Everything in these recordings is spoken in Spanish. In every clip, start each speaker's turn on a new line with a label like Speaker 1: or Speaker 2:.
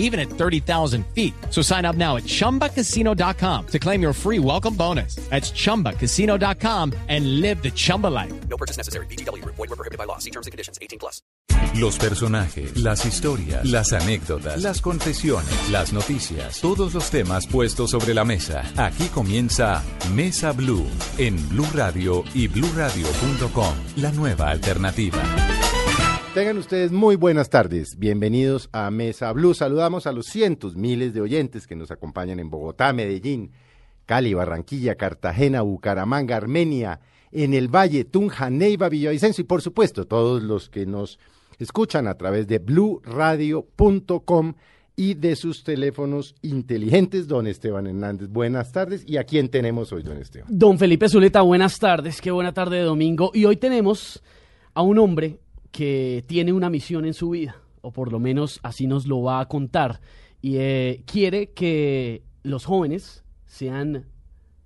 Speaker 1: even at 30,000 feet. So sign up now at ChumbaCasino.com to claim your free welcome bonus. That's ChumbaCasino.com and live the Chumba life.
Speaker 2: No purchase necessary. BGW. Void were prohibited by law. See terms and conditions. 18 plus.
Speaker 3: Los personajes, las historias, las anécdotas, las confesiones, las noticias, todos los temas puestos sobre la mesa. Aquí comienza Mesa Blue en Blue Radio y BlueRadio.com, la nueva alternativa.
Speaker 4: Tengan ustedes muy buenas tardes. Bienvenidos a Mesa Blue. Saludamos a los cientos, miles de oyentes que nos acompañan en Bogotá, Medellín, Cali, Barranquilla, Cartagena, Bucaramanga, Armenia, en el Valle, Tunja, Neiva, Villavicencio y por supuesto todos los que nos escuchan a través de bluradio.com y de sus teléfonos inteligentes. Don Esteban Hernández, buenas tardes. ¿Y a quién tenemos hoy, don Esteban?
Speaker 5: Don Felipe Zuleta, buenas tardes, qué buena tarde de domingo. Y hoy tenemos a un hombre que tiene una misión en su vida, o por lo menos así nos lo va a contar, y eh, quiere que los jóvenes sean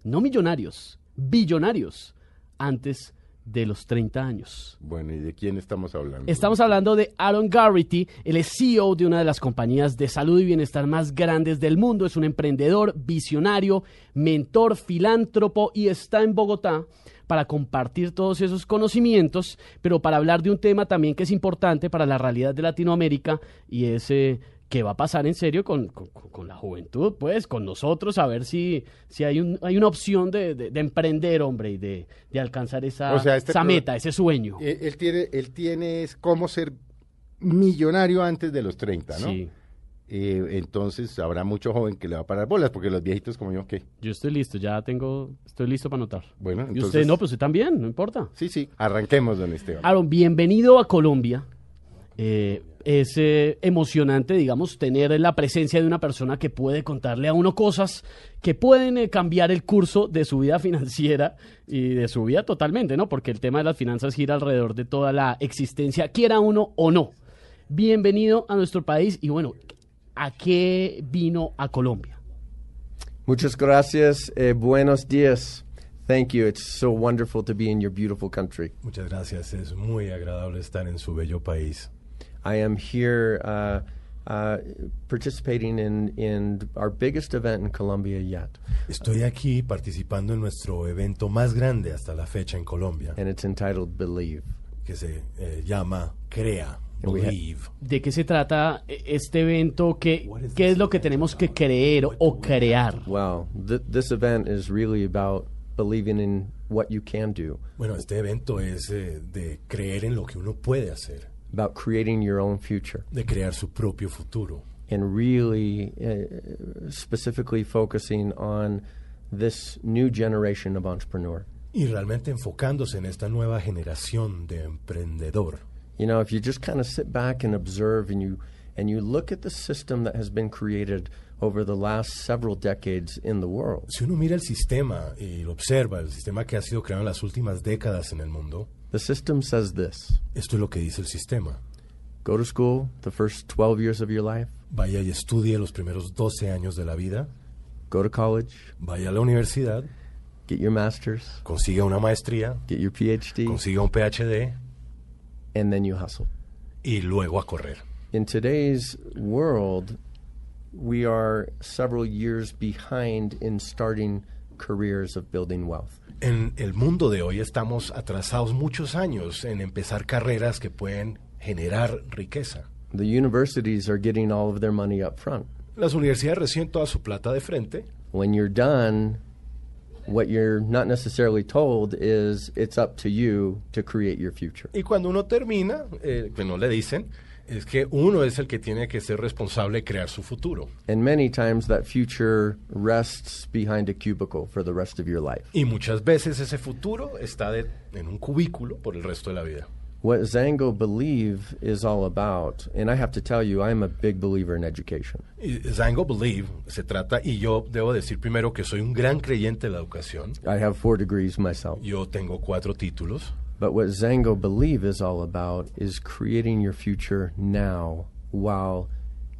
Speaker 5: no millonarios, billonarios, antes de los 30 años.
Speaker 4: Bueno, ¿y de quién estamos hablando?
Speaker 5: Estamos hablando de Aaron Garrity, el es CEO de una de las compañías de salud y bienestar más grandes del mundo. Es un emprendedor, visionario, mentor, filántropo y está en Bogotá para compartir todos esos conocimientos, pero para hablar de un tema también que es importante para la realidad de Latinoamérica y es eh, qué va a pasar en serio con, con- con la juventud, pues, con nosotros, a ver si, si hay, un, hay una opción de, de- de emprender, hombre, y de, de alcanzar esa,
Speaker 4: O sea, este
Speaker 5: esa
Speaker 4: pro- Eh,
Speaker 5: meta, ese sueño.
Speaker 4: Él, él tiene, él tiene es cómo ser millonario antes de los 30, ¿no?
Speaker 5: Sí,
Speaker 4: Eh, entonces habrá mucho joven que le va a parar bolas, porque los viejitos como yo, ¿qué?
Speaker 5: yo estoy listo, ya tengo, estoy listo para anotar.
Speaker 4: Bueno,
Speaker 5: Y
Speaker 4: entonces...
Speaker 5: usted no, pues usted también, no Ah. importa.
Speaker 4: Sí, sí, arranquemos, don Esteban.
Speaker 5: Aaron, bienvenido a Colombia. Eh, es eh, emocionante, digamos, tener la presencia de una persona que puede contarle a uno cosas que pueden eh, cambiar el curso de su vida financiera y de su vida totalmente, ¿no? Porque el tema de las finanzas gira alrededor de toda la existencia, quiera uno o no. Bienvenido a nuestro país y bueno, ¿a qué vino a Colombia?
Speaker 6: Muchas gracias. eh, buenos días. Thank you. It's so wonderful to be in your beautiful country.
Speaker 7: Muchas gracias, es muy agradable estar en su bello país.
Speaker 6: I am here uh, uh, participating in, in our biggest event in Colombia yet,
Speaker 7: Estoy aquí participando en nuestro evento más grande hasta la fecha en Colombia,
Speaker 6: and it's entitled Believe.
Speaker 7: que se eh, llama Crea,
Speaker 6: we have-
Speaker 7: Believe.
Speaker 5: ¿De qué se trata eh, este evento? ¿Qué,
Speaker 7: What is
Speaker 5: qué
Speaker 7: this
Speaker 5: es lo que
Speaker 7: event
Speaker 5: tenemos que
Speaker 7: about?
Speaker 5: creer
Speaker 7: What do
Speaker 5: o
Speaker 7: we
Speaker 5: crear?
Speaker 6: Wow. Th- this event is really about believing in what you can do,
Speaker 7: Bueno, este evento es eh, de creer en lo que uno puede hacer,
Speaker 6: about creating your own future,
Speaker 7: de crear su propio futuro.
Speaker 6: and really uh, specifically focusing on this new generation of entrepreneur.
Speaker 7: Y realmente enfocándose en esta nueva generación de emprendedor.
Speaker 6: You know, if you just kind of sit back and observe and you and you look at the system that has been created over the last several decades in the world,
Speaker 7: Si uno mira el sistema y lo observa, el sistema que ha sido creado en las últimas décadas en el mundo,
Speaker 6: the system says this.
Speaker 7: esto es lo que dice el sistema.
Speaker 6: Go to school the first 12 years of your life,
Speaker 7: Vaya y estudie los primeros 12 años de la vida,
Speaker 6: go to college,
Speaker 7: vaya a la universidad,
Speaker 6: get your masters,
Speaker 7: consiga una maestría,
Speaker 6: get your PhD,
Speaker 7: consiga un PhD
Speaker 6: and then you hustle.
Speaker 7: y luego a correr.
Speaker 6: In today's world, we are several years behind in starting careers of building wealth.
Speaker 7: En el mundo de hoy estamos atrasados muchos años en empezar carreras que pueden generar riqueza.
Speaker 6: The universities are getting all of their money up front.
Speaker 7: Las universidades recién toda su plata de frente
Speaker 6: when you're done, what you're not necessarily told is it's up to you to create your future.
Speaker 7: y cuando uno termina, eh, que no le dicen, es que uno es el que tiene que ser responsable de crear su futuro.
Speaker 6: And many times that future rests behind a cubicle for the rest of your life.
Speaker 7: Y muchas veces ese futuro está de- en un cubículo por el resto de la vida.
Speaker 6: What Zango Believe is all about, and I have to tell you, I'm a big believer in education.
Speaker 7: Y Zango Believe se trata, y yo debo decir primero que soy un gran creyente de la educación.
Speaker 6: I have four degrees myself,
Speaker 7: Yo tengo cuatro títulos,
Speaker 6: But what Zango Believe is all about is creating your future now while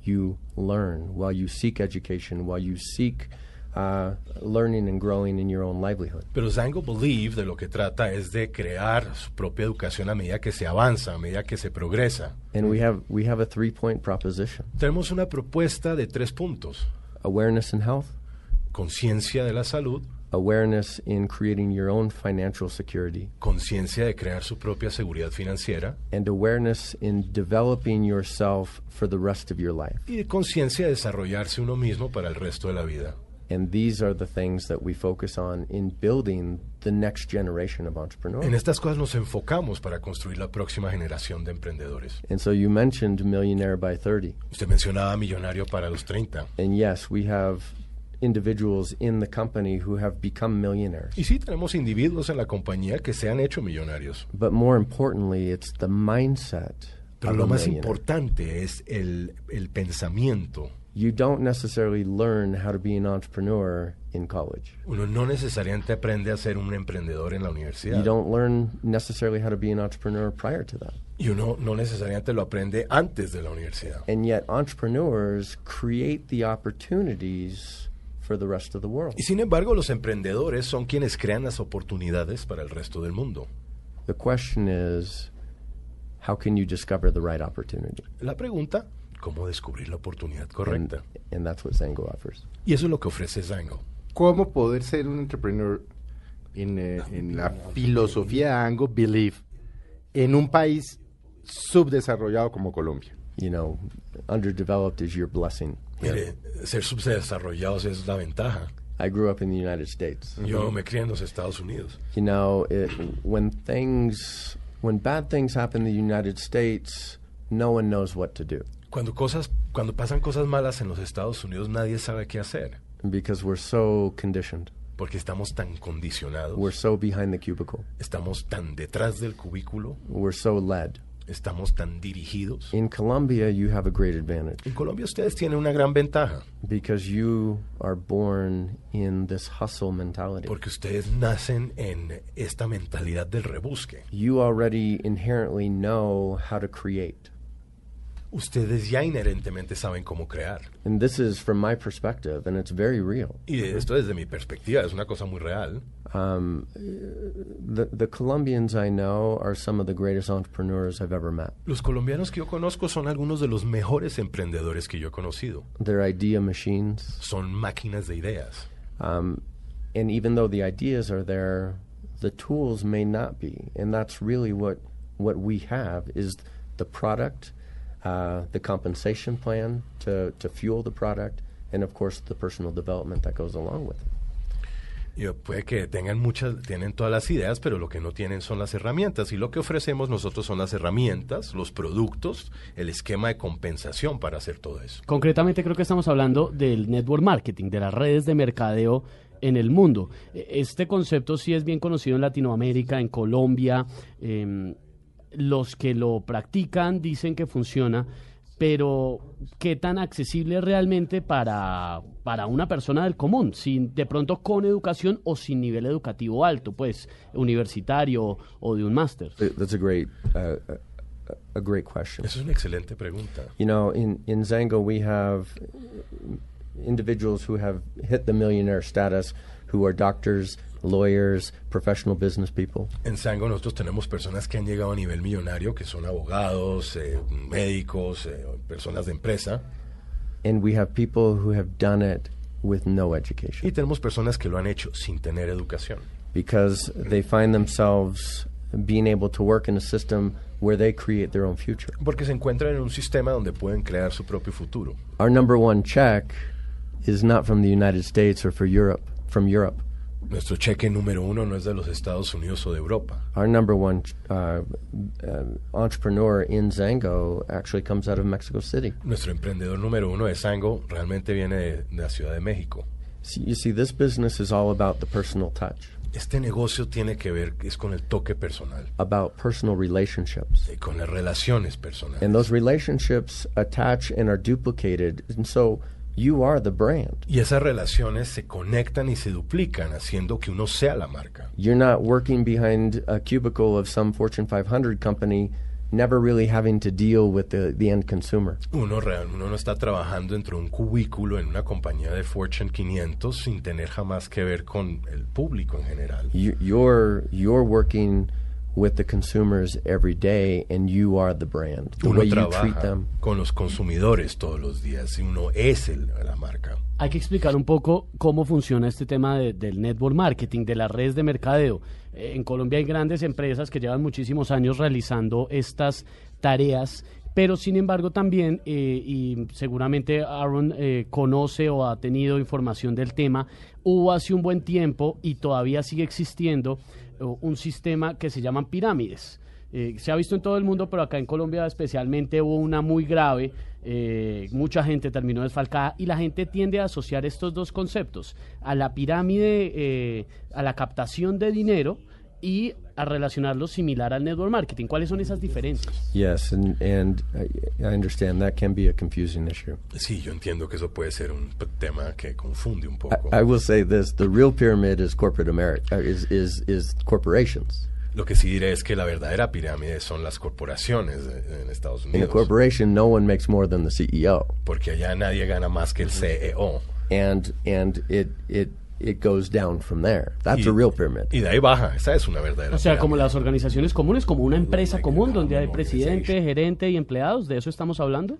Speaker 6: you learn, while you seek education, while you seek uh, learning and growing in your own livelihood.
Speaker 7: Pero Zango Believe de lo que trata es de crear su propia educación a medida que se avanza, a medida que se progresa.
Speaker 6: And we have we have a three point proposition:
Speaker 7: Tenemos una propuesta de tres puntos.
Speaker 6: awareness in health,
Speaker 7: Conciencia de la salud,
Speaker 6: awareness in creating your own financial security,
Speaker 7: conciencia de crear su propia seguridad financiera
Speaker 6: and awareness in developing yourself for the rest of your life.
Speaker 7: y de conciencia de desarrollarse uno mismo para el resto de la vida.
Speaker 6: And these are the things that we focus on in building the next generation of
Speaker 7: En
Speaker 6: entrepreneurs.
Speaker 7: estas cosas nos enfocamos para construir la próxima generación de emprendedores.
Speaker 6: And so you mentioned Millionaire by 30.
Speaker 7: Usted mencionaba Millonario para los 30.
Speaker 6: And yes, we have individuals in the company who have become millionaires.
Speaker 7: Y sí, tenemos individuos en la compañía que se han hecho millonarios.
Speaker 6: But more importantly, it's the mindset
Speaker 7: Pero
Speaker 6: of
Speaker 7: lo
Speaker 6: a
Speaker 7: más
Speaker 6: millionaire.
Speaker 7: importante es el, el pensamiento.
Speaker 6: You don't necessarily learn how to be an entrepreneur in college.
Speaker 7: Uno no necesariamente aprende a ser un emprendedor en la
Speaker 6: You
Speaker 7: universidad.
Speaker 6: don't learn necessarily how to be an entrepreneur prior to that.
Speaker 7: Y uno no necesariamente lo aprende antes de la universidad.
Speaker 6: And yet, entrepreneurs create the opportunities for the rest of the world.
Speaker 7: Y sin embargo, los emprendedores son quienes crean las oportunidades para el resto del mundo.
Speaker 6: The question is, how can you discover the right opportunity?
Speaker 7: La pregunta, ¿cómo descubrir la oportunidad correcta?
Speaker 6: And that's what Zango offers.
Speaker 7: Y eso es lo que ofrece Zango.
Speaker 4: ¿Cómo poder ser un entrepreneur en, eh, en la filosofía de Ango Believe en un país subdesarrollado como Colombia?
Speaker 6: You know, underdeveloped is your blessing.
Speaker 7: Mire, ser subdesarrollados es la ventaja.
Speaker 6: I grew up in the United States.
Speaker 7: Yo me crié en los Estados Unidos.
Speaker 6: You know, it, when things, when bad things happen in the United States, no one knows what to do
Speaker 7: Cuando, cosas, cuando pasan cosas malas en los Estados Unidos, nadie sabe qué hacer.
Speaker 6: because we're so conditioned.
Speaker 7: Porque estamos tan condicionados,
Speaker 6: We're so behind the cubicle.
Speaker 7: estamos tan detrás del cubículo,
Speaker 6: We're so led.
Speaker 7: estamos tan dirigidos.
Speaker 6: In Colombia, you have a great advantage
Speaker 7: En Colombia ustedes tienen una gran ventaja,
Speaker 6: because you are born in this hustle mentality.
Speaker 7: porque ustedes nacen en esta mentalidad del rebusque.
Speaker 6: You already inherently know how to create.
Speaker 7: Ustedes ya inherentemente saben cómo crear.
Speaker 6: And this is from my perspective, and it's very real.
Speaker 7: Y de esto desde mi perspectiva es una cosa muy real.
Speaker 6: The, the Colombians I know are some of the greatest entrepreneurs I've ever met.
Speaker 7: Los colombianos que yo conozco son algunos de los mejores emprendedores que yo he conocido.
Speaker 6: They're idea machines.
Speaker 7: Son máquinas de ideas.
Speaker 6: Um, and even though the ideas are there, the tools may not be. And that's really what, what we have is the product, uh, the compensation plan to, to fuel the product, and of course the personal development that goes along with it.
Speaker 7: Y puede que tengan muchas, tienen todas las ideas, pero lo que no tienen son las herramientas. Y lo que ofrecemos nosotros son las herramientas, los productos, el esquema de compensación para hacer todo eso.
Speaker 5: Concretamente creo que estamos hablando del network marketing, de las redes de mercadeo en el mundo. E- Este concepto sí es bien conocido en Latinoamérica, en Colombia. em, los que lo practican dicen que funciona, pero ¿qué tan accesible es realmente para, para una persona del común? Sin, de pronto con educación o sin nivel educativo alto, pues universitario o de un máster.
Speaker 6: Th- That's a great, uh, a- a, a great question.
Speaker 7: Esa es una excelente pregunta.
Speaker 6: You know, in, in Zango, we have individuals who have hit the millionaire status who are doctors, lawyers, professional business people.
Speaker 7: En Sango nosotros tenemos personas que han llegado a nivel millonario, que son abogados, eh, médicos, eh, personas de empresa,
Speaker 6: And we have people who have done it with no education
Speaker 7: y tenemos personas que lo han hecho sin tener educación.
Speaker 6: because they find themselves being able to work in a system where they create their own future.
Speaker 7: Porque se encuentran en un sistema donde pueden crear su propio futuro.
Speaker 6: Our number one check is not from the United States or for Europe, from Europe.
Speaker 7: Nuestro cheque número uno no es de los Estados Unidos o de Europa.
Speaker 6: Our number one uh, uh, entrepreneur in Zango actually comes out of Mexico City.
Speaker 7: Nuestro emprendedor número uno de Sango realmente viene de, de la Ciudad de México.
Speaker 6: So you see, this business is all about the personal touch,
Speaker 7: Este negocio tiene que ver es con el toque personal,
Speaker 6: about personal relationships.
Speaker 7: eh, con las relaciones personales.
Speaker 6: And those relationships attach and are duplicated. And so You are the brand.
Speaker 7: Y esas relaciones se conectan y se duplican, haciendo que uno sea la marca.
Speaker 6: You're not working behind a cubicle of some Fortune 500 company, never really having to deal with the, the end consumer.
Speaker 7: Uno, real- uno no está trabajando dentro de un cubículo en una compañía de Fortune 500 sin tener jamás que ver con el público en general.
Speaker 6: You, you're, you're working with the consumers every day, and you are the brand. The
Speaker 7: Uno
Speaker 6: way you treat
Speaker 7: trabaja
Speaker 6: them.
Speaker 7: con los consumidores todos los días y uno es el- la marca.
Speaker 5: Hay que explicar un poco cómo funciona este tema de- del network marketing, de las redes de mercadeo. Eh, en Colombia hay grandes empresas que llevan muchísimos años realizando estas tareas, pero sin embargo también, eh, y seguramente Aaron eh, conoce o ha tenido información del tema, hubo hace un buen tiempo y todavía sigue existiendo eh, un sistema que se llaman pirámides. Eh, se ha visto en todo el mundo, pero acá en Colombia especialmente hubo una muy grave. eh, mucha gente terminó desfalcada y la gente tiende a asociar estos dos conceptos, a la pirámide, eh, a la captación de dinero y a relacionarlo similar al network marketing. ¿Cuáles son esas diferencias?
Speaker 6: Yes, and, and I, I understand that can be a confusing issue.
Speaker 7: Sí, yo entiendo que eso puede ser un p- tema que confunde un poco.
Speaker 6: I will say this: the real pyramid is corporate America. Is is is corporations.
Speaker 7: Lo que sí diré es que la verdadera pirámide son las corporaciones eh, en Estados
Speaker 6: In a
Speaker 7: Unidos.
Speaker 6: corporation, no one makes more than the E CEO,
Speaker 7: Porque allá nadie gana más que el E CEO.
Speaker 6: and and it it it goes down from there. That's
Speaker 7: Y,
Speaker 6: a real pyramid.
Speaker 7: y de ahí baja. Esa es una verdadera
Speaker 5: O sea, como
Speaker 7: pirámide.
Speaker 5: las organizaciones comunes, como una empresa común donde hay presidente, gerente y empleados, ¿de eso estamos hablando?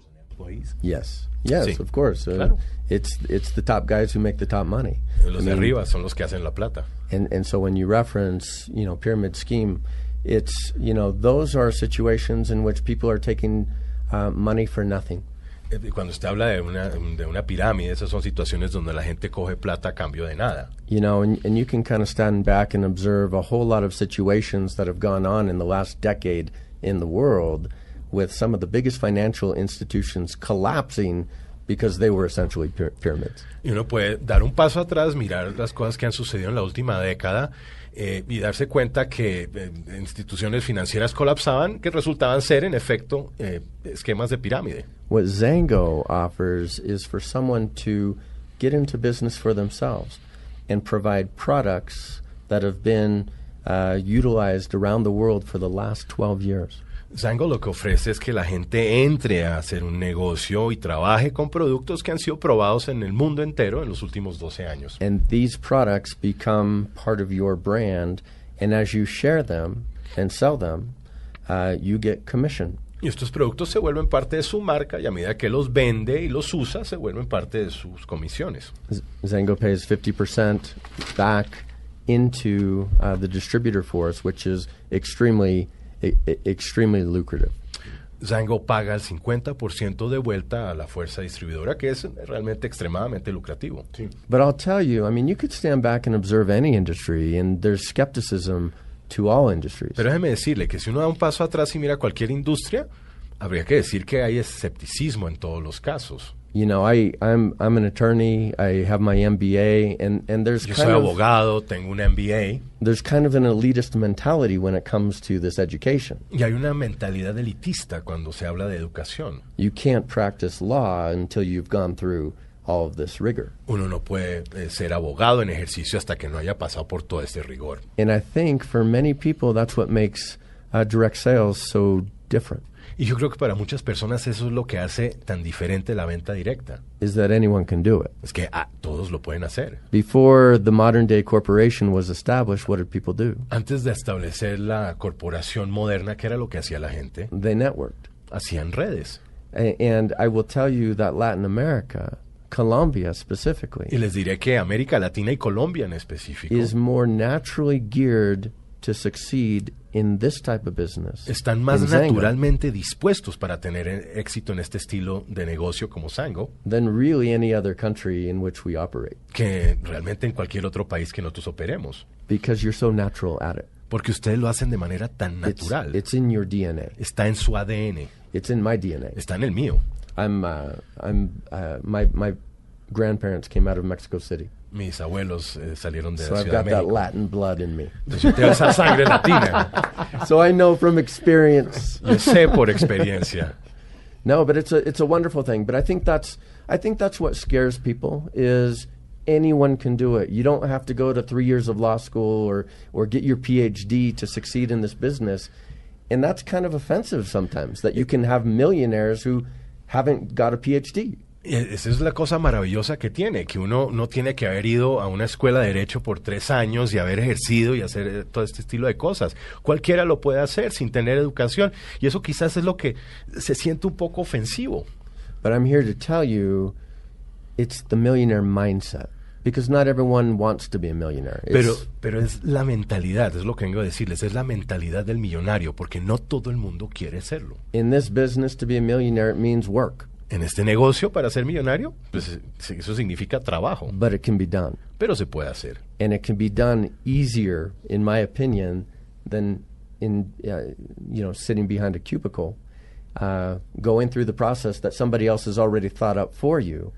Speaker 6: Yes, yes,
Speaker 7: Sí.
Speaker 6: of course. Uh,
Speaker 7: Claro.
Speaker 6: It's it's the top guys who make the top money. I
Speaker 7: Los de
Speaker 6: mean,
Speaker 7: arriba son los que hacen la plata.
Speaker 6: And and so when you reference, you know, pyramid scheme, it's you know those are situations in which people are taking uh, money for nothing.
Speaker 7: Eh, Cuando usted habla de una, de una pirámide, esas son situaciones donde la gente coge plata a cambio de nada.
Speaker 6: You know, and, and you can kind of stand back and observe a whole lot of situations that have gone on in the last decade in the world with some of the biggest financial institutions collapsing because they were essentially pyra- pyramids.
Speaker 7: Y uno puede dar un paso atrás, mirar las cosas que han sucedido en la última década eh, y darse cuenta que eh, instituciones financieras colapsaban, que resultaban ser, en efecto, eh, esquemas de pirámide.
Speaker 6: What Zango offers is for someone to get into business for themselves and provide products that have been uh, utilized around the world for the last 12 years.
Speaker 7: Zango lo que ofrece es que la gente entre a hacer un negocio y trabaje con productos que han sido probados en el mundo entero en los últimos 12 años.
Speaker 6: and these products become part of your brand. And as you share them and sell them, uh, you get commission.
Speaker 7: Y estos productos se vuelven parte de su marca y a medida que los vende y los usa, se vuelven parte de sus comisiones.
Speaker 6: Z- Zango pays 50% back into uh, the distributor for us, which is extremely, e- e- extremely lucrative.
Speaker 7: Zango paga el 50% de vuelta a la fuerza distribuidora, que es realmente extremadamente lucrativo.
Speaker 6: But I'll tell you, I mean, you could stand back and observe any industry, and there's skepticism to all industries.
Speaker 7: Pero déjeme decirle que si uno da un paso atrás y mira cualquier industria, habría que decir que hay escepticismo en todos los casos.
Speaker 6: you know, I, I'm, I'm an attorney, I have my MBA, and, and there's
Speaker 7: Yo
Speaker 6: kind
Speaker 7: soy
Speaker 6: of.
Speaker 7: abogado, tengo un MBA
Speaker 6: there's kind of an elitist mentality when it comes to this education.
Speaker 7: y hay una mentalidad elitista cuando se habla de educación.
Speaker 6: You can't practice law until you've gone through all of this rigor.
Speaker 7: Uno no puede eh, ser abogado en ejercicio hasta que no haya pasado por todo este rigor.
Speaker 6: And I think for many people, that's what makes uh, direct sales so different,
Speaker 7: Y yo creo que para muchas personas eso es lo que hace tan diferente la venta directa.
Speaker 6: is that anyone can do it.
Speaker 7: Es que ah, todos lo pueden hacer.
Speaker 6: Before the modern day corporation was established, what did people do?
Speaker 7: Antes de establecer la corporación moderna, que era lo que hacía la gente,
Speaker 6: They networked.
Speaker 7: hacían redes.
Speaker 6: A- and I will tell you that Latin America, Colombia
Speaker 7: Y
Speaker 6: specifically,
Speaker 7: les diré que América Latina y Colombia en específico
Speaker 6: is more naturally geared to succeed in this type of business.
Speaker 7: están más
Speaker 6: in Zango.
Speaker 7: naturalmente dispuestos para tener eh, éxito en este estilo de negocio como Sango
Speaker 6: than really any other country in which we operate
Speaker 7: que realmente en cualquier otro país que nosotros operemos.
Speaker 6: because you're so natural at it.
Speaker 7: Porque ustedes lo hacen de manera tan
Speaker 6: It's,
Speaker 7: natural.
Speaker 6: it's in your DNA.
Speaker 7: está en su ADN,
Speaker 6: It's in my DNA.
Speaker 7: está en el mío.
Speaker 6: I'm, uh, I'm, uh, my, my grandparents came out of Mexico City,
Speaker 7: Mis abuelos eh, salieron de
Speaker 6: so
Speaker 7: la
Speaker 6: I've
Speaker 7: Ciudad
Speaker 6: got
Speaker 7: de
Speaker 6: that
Speaker 7: México.
Speaker 6: Latin blood in me.
Speaker 7: Entonces, yo tengo esa sangre latina.
Speaker 6: so I know from experience.
Speaker 7: Yo sé por experiencia.
Speaker 6: No, but it's a it's a wonderful thing. But I think that's I think that's what scares people is anyone can do it. You don't have to go to three years of law school or or get your PhD to succeed in this business. And that's kind of offensive sometimes that you can have millionaires who haven't got a PhD.
Speaker 7: Y e- Esa es la cosa maravillosa que tiene, que uno no tiene que haber ido a una escuela de derecho por tres años y haber ejercido y hacer eh, todo este estilo de cosas. Cualquiera lo puede hacer sin tener educación. Y eso quizás es lo que se siente un poco ofensivo.
Speaker 6: But I'm here to tell you it's the millionaire mindset because not everyone wants to be a millionaire. It's-
Speaker 7: Pero, pero es la mentalidad, es lo que vengo a decirles, es la mentalidad del millonario, porque no todo el mundo quiere serlo.
Speaker 6: in this business to be a millionaire it means work,
Speaker 7: En este negocio, para ser millonario, pues eh, sí, eso significa trabajo,
Speaker 6: but it can be done.
Speaker 7: pero se puede hacer.
Speaker 6: and it can be done easier, in my opinion, than in uh, you know sitting behind a cubicle, uh, going through the process that somebody else has already thought up for you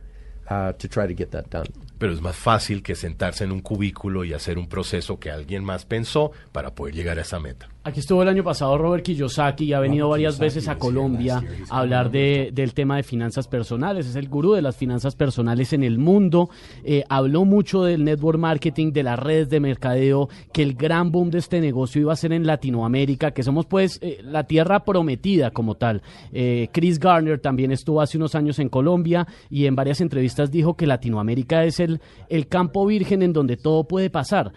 Speaker 6: uh, to try to get that done.
Speaker 7: Pero es más fácil que sentarse en un cubículo y hacer un proceso que alguien más pensó para poder llegar a esa meta.
Speaker 5: Aquí estuvo el año pasado Robert Kiyosaki y ha venido varias veces a Colombia a hablar de, del tema de finanzas personales. Es el gurú de las finanzas personales en el mundo. Eh, habló mucho del network marketing, de las redes de mercadeo, que el gran boom de este negocio iba a ser en Latinoamérica, que somos pues eh, la tierra prometida como tal. Eh, Chris Garner también estuvo hace unos años en Colombia y en varias entrevistas dijo que Latinoamérica es el, el campo virgen en donde todo puede pasar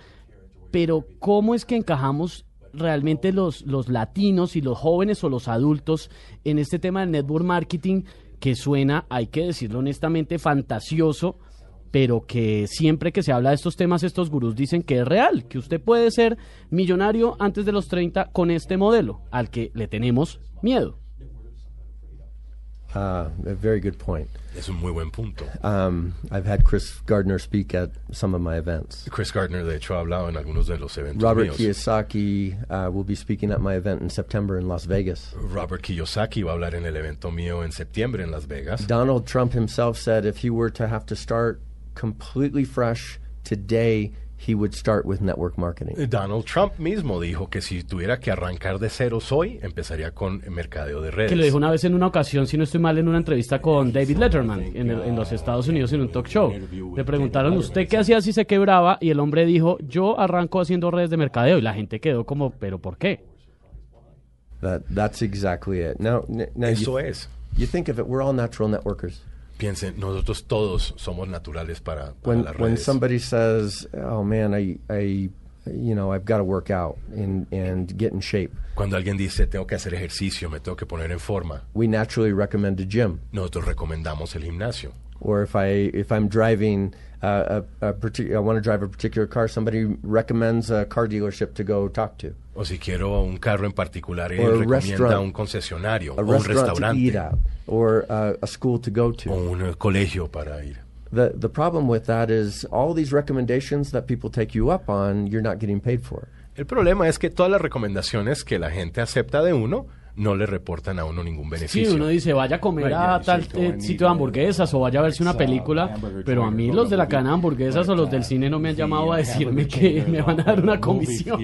Speaker 5: pero ¿cómo es que encajamos realmente los, los latinos y los jóvenes o los adultos en este tema del network marketing que suena, hay que decirlo honestamente, fantasioso, pero que siempre que se habla de estos temas, estos gurús dicen que es real, que usted puede ser millonario antes de los 30 con este modelo, al que le tenemos miedo.
Speaker 6: Uh, a very good point.
Speaker 7: Es un muy buen punto.
Speaker 6: Um, I've had Chris Gardner speak at some of my events.
Speaker 7: Chris Gardner, de hecho, ha hablado en algunos de los eventos
Speaker 6: Robert
Speaker 7: míos.
Speaker 6: Kiyosaki uh, will be speaking at my event in September in Las Vegas.
Speaker 7: Robert Kiyosaki va a hablar en el evento mío en septiembre en Las Vegas.
Speaker 6: Donald Trump himself said if he were to have to start completely fresh today, he would start with network marketing.
Speaker 7: Donald Trump mismo dijo que si tuviera que arrancar de ceros hoy, empezaría con mercadeo de redes.
Speaker 5: Que lo dijo una vez en una ocasión, si no estoy mal, en una entrevista con David Letterman en, el- en los Estados Unidos en un talk show. Le preguntaron, ¿usted qué hacía si se quebraba? Y el hombre dijo, yo arranco haciendo redes de mercadeo. Y la gente quedó como, ¿pero por qué?
Speaker 6: That that's exactly it. Now, n- now
Speaker 7: Eso
Speaker 6: you,
Speaker 7: es. Ah,
Speaker 6: you think of it, we're all natural networkers.
Speaker 7: Piensen, nosotros todos somos naturales para, para
Speaker 6: When
Speaker 7: las redes.
Speaker 6: when somebody says, "Oh man, I I you know, I've got to work out and and get in shape."
Speaker 7: Cuando alguien dice, tengo que hacer ejercicio, me tengo que poner en forma,
Speaker 6: We naturally recommend a gym.
Speaker 7: nosotros recomendamos el gimnasio.
Speaker 6: Or if I if I'm driving uh, a, a partic- I want to drive a particular car, somebody recommends a car dealership to go talk to.
Speaker 7: O si quiero un carro en particular, él
Speaker 6: Or a
Speaker 7: recomienda
Speaker 6: restaurant.
Speaker 7: a un concesionario
Speaker 6: a
Speaker 7: o un
Speaker 6: restaurant to eat
Speaker 7: restaurante
Speaker 6: at or uh, a school to go to.
Speaker 7: o un eh, colegio para ir.
Speaker 6: The the problem with that is all these recommendations that people take you up on, you're not getting paid for.
Speaker 7: El problema es que todas las recomendaciones que la gente acepta de uno no le reportan a uno ningún
Speaker 5: Sí,
Speaker 7: beneficio.
Speaker 5: uno dice, vaya a comer a tal eh, sitio de hamburguesas o vaya a verse una película, pero a mí los de la cadena de hamburguesas o los del cine no me han llamado a decirme que me van a dar una comisión.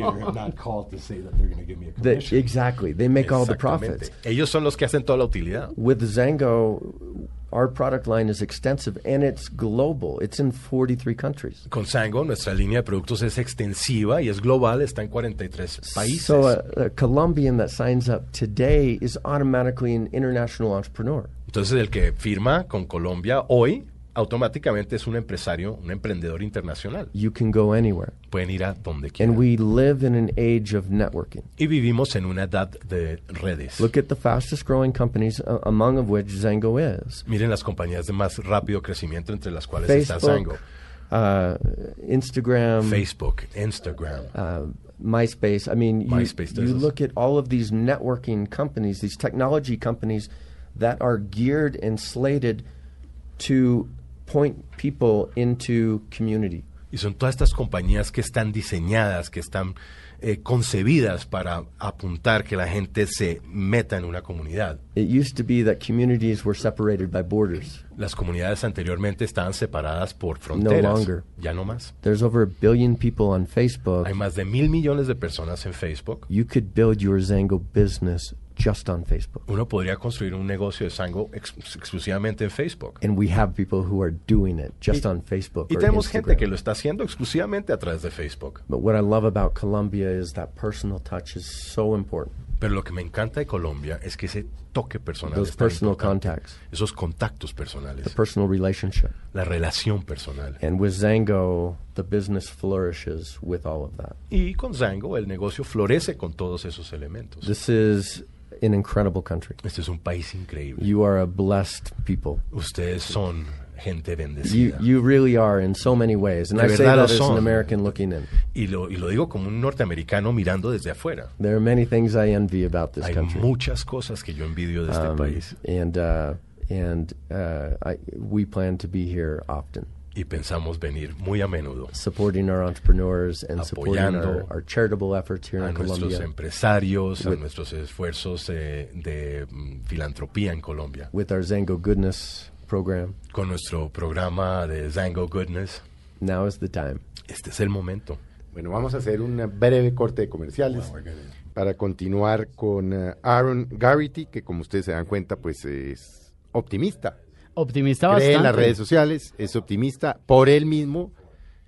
Speaker 6: The- exactly. They make all the profits.
Speaker 7: Exactamente. Ellos son los que hacen toda la utilidad.
Speaker 6: With Zango, our product line is extensive and it's global. It's in 43 countries.
Speaker 7: Con Sango, nuestra línea de productos es extensiva y es global, está en 43 países.
Speaker 6: So uh, a, a Colombian that signs up today is automatically an international entrepreneur.
Speaker 7: Entonces, el que firma con Colombia hoy, automáticamente es un empresario, un emprendedor internacional.
Speaker 6: You can go anywhere.
Speaker 7: Pueden ir a donde quieran.
Speaker 6: And we live in an age of networking.
Speaker 7: y vivimos en una edad de redes.
Speaker 6: Look at the fastest growing companies, uh, among of which Zango is.
Speaker 7: Miren las compañías de más rápido crecimiento, entre las cuales está Sango.
Speaker 6: Facebook, uh, Instagram,
Speaker 7: Facebook, Instagram.
Speaker 6: uh, MySpace. I mean, you,
Speaker 7: MySpace does
Speaker 6: you
Speaker 7: this.
Speaker 6: look at all of these networking companies, these technology companies that are geared and slated to point people into community.
Speaker 7: Y son todas estas compañías que están diseñadas, que están eh, concebidas para apuntar que la gente se meta en una comunidad.
Speaker 6: It used to be that communities were separated by borders.
Speaker 7: Las comunidades anteriormente estaban separadas por
Speaker 6: No
Speaker 7: fronteras.
Speaker 6: longer.
Speaker 7: ya no más.
Speaker 6: There's over a billion people on Facebook.
Speaker 7: Hay más de mil millones de personas en Facebook.
Speaker 6: you could build your Zango business just on Facebook.
Speaker 7: Uno podría construir un negocio de Sango ex- exclusivamente en Facebook.
Speaker 6: And we have people who are doing it just
Speaker 7: Y-
Speaker 6: on Facebook.
Speaker 7: Y
Speaker 6: or
Speaker 7: tenemos gente
Speaker 6: Instagram.
Speaker 7: que lo está haciendo exclusivamente a través de Facebook.
Speaker 6: But what I love about Colombia is that personal touch is so important.
Speaker 7: Pero lo que me encanta de Colombia es que ese toque personal,
Speaker 6: Those
Speaker 7: es tan
Speaker 6: personal
Speaker 7: importante.
Speaker 6: contacts.
Speaker 7: esos contactos
Speaker 6: the
Speaker 7: personales,
Speaker 6: personal relationship.
Speaker 7: la relación personal.
Speaker 6: And with Zango, the business flourishes with all of that.
Speaker 7: Y con Zango el negocio florece con todos esos elementos.
Speaker 6: This is an incredible country.
Speaker 7: Este es un país increíble.
Speaker 6: You are a blessed people.
Speaker 7: Ustedes son gente
Speaker 6: You,
Speaker 7: bendecida.
Speaker 6: you really are in so many ways. And
Speaker 7: De
Speaker 6: I say
Speaker 7: verdad lo
Speaker 6: that as
Speaker 7: son.
Speaker 6: an American looking in.
Speaker 7: y, lo, y lo digo como un norteamericano mirando desde afuera.
Speaker 6: There are many things I envy about this
Speaker 7: Hay
Speaker 6: country.
Speaker 7: muchas cosas que yo envidio de este
Speaker 6: Um,
Speaker 7: país
Speaker 6: and uh, and uh, I, we plan to be here often,
Speaker 7: y pensamos venir muy a menudo
Speaker 6: supporting our entrepreneurs and supporting our,
Speaker 7: Apoyando
Speaker 6: our charitable efforts here
Speaker 7: a
Speaker 6: in
Speaker 7: nuestros
Speaker 6: Colombia
Speaker 7: empresarios, a
Speaker 6: With-
Speaker 7: nuestros esfuerzos eh, de mm, filantropía en Colombia,
Speaker 6: with our Zango Goodness program.
Speaker 7: con nuestro programa de Zango Goodness.
Speaker 6: Now is the time.
Speaker 7: Este es el momento.
Speaker 4: Bueno, vamos a hacer un breve corte de comerciales para continuar con eh, Aaron Garrity, que como ustedes se dan cuenta, pues es optimista.
Speaker 5: Optimista
Speaker 4: Cree
Speaker 5: bastante.
Speaker 4: en las redes sociales, es optimista, por él mismo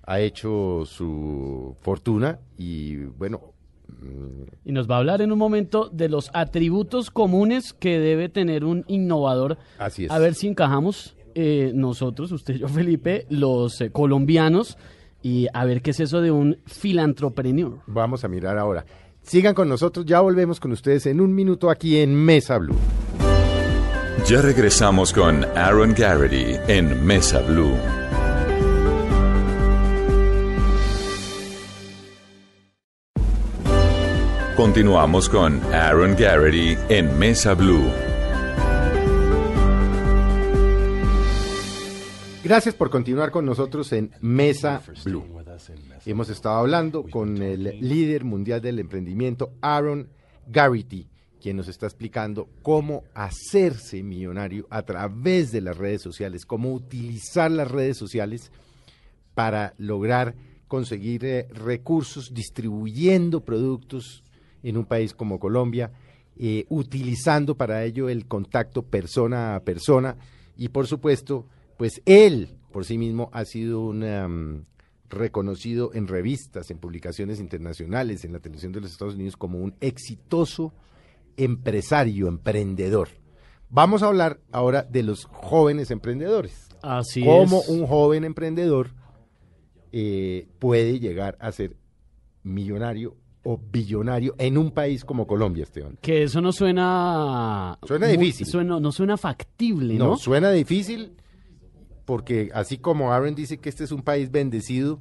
Speaker 4: ha hecho su fortuna y bueno, mm,
Speaker 5: Y nos va a hablar en un momento de los atributos comunes que debe tener un innovador.
Speaker 4: Así es.
Speaker 5: A ver si encajamos eh, nosotros, usted, yo, Felipe, los eh, colombianos, y a ver qué es eso de un filantropreneur.
Speaker 4: vamos a mirar ahora. Sigan con nosotros, ya volvemos con ustedes en un minuto aquí en Mesa Blue.
Speaker 3: Ya regresamos con Aaron Garrity en Mesa Blue. Continuamos con Aaron Garrity en Mesa Blue.
Speaker 4: Gracias por continuar con nosotros en Mesa Blue. Hemos estado hablando con el líder mundial del emprendimiento, Aaron Garrity, quien nos está explicando cómo hacerse millonario a través de las redes sociales, cómo utilizar las redes sociales para lograr conseguir eh, recursos distribuyendo productos en un país como Colombia, eh, utilizando para ello el contacto persona a persona y por supuesto, pues él por sí mismo ha sido un em, reconocido en revistas, en publicaciones internacionales, en la televisión de los Estados Unidos como un exitoso empresario, emprendedor. Vamos a hablar ahora de los jóvenes emprendedores
Speaker 5: Así
Speaker 4: cómo
Speaker 5: es.
Speaker 4: un joven emprendedor eh, puede llegar a ser millonario o billonario en un país como Colombia, Esteban.
Speaker 5: Que eso no suena...
Speaker 4: Suena
Speaker 5: muy-
Speaker 4: difícil.
Speaker 5: suena- no suena factible, ¿no?
Speaker 4: No, suena difícil porque así como Aaron dice que este es un país bendecido,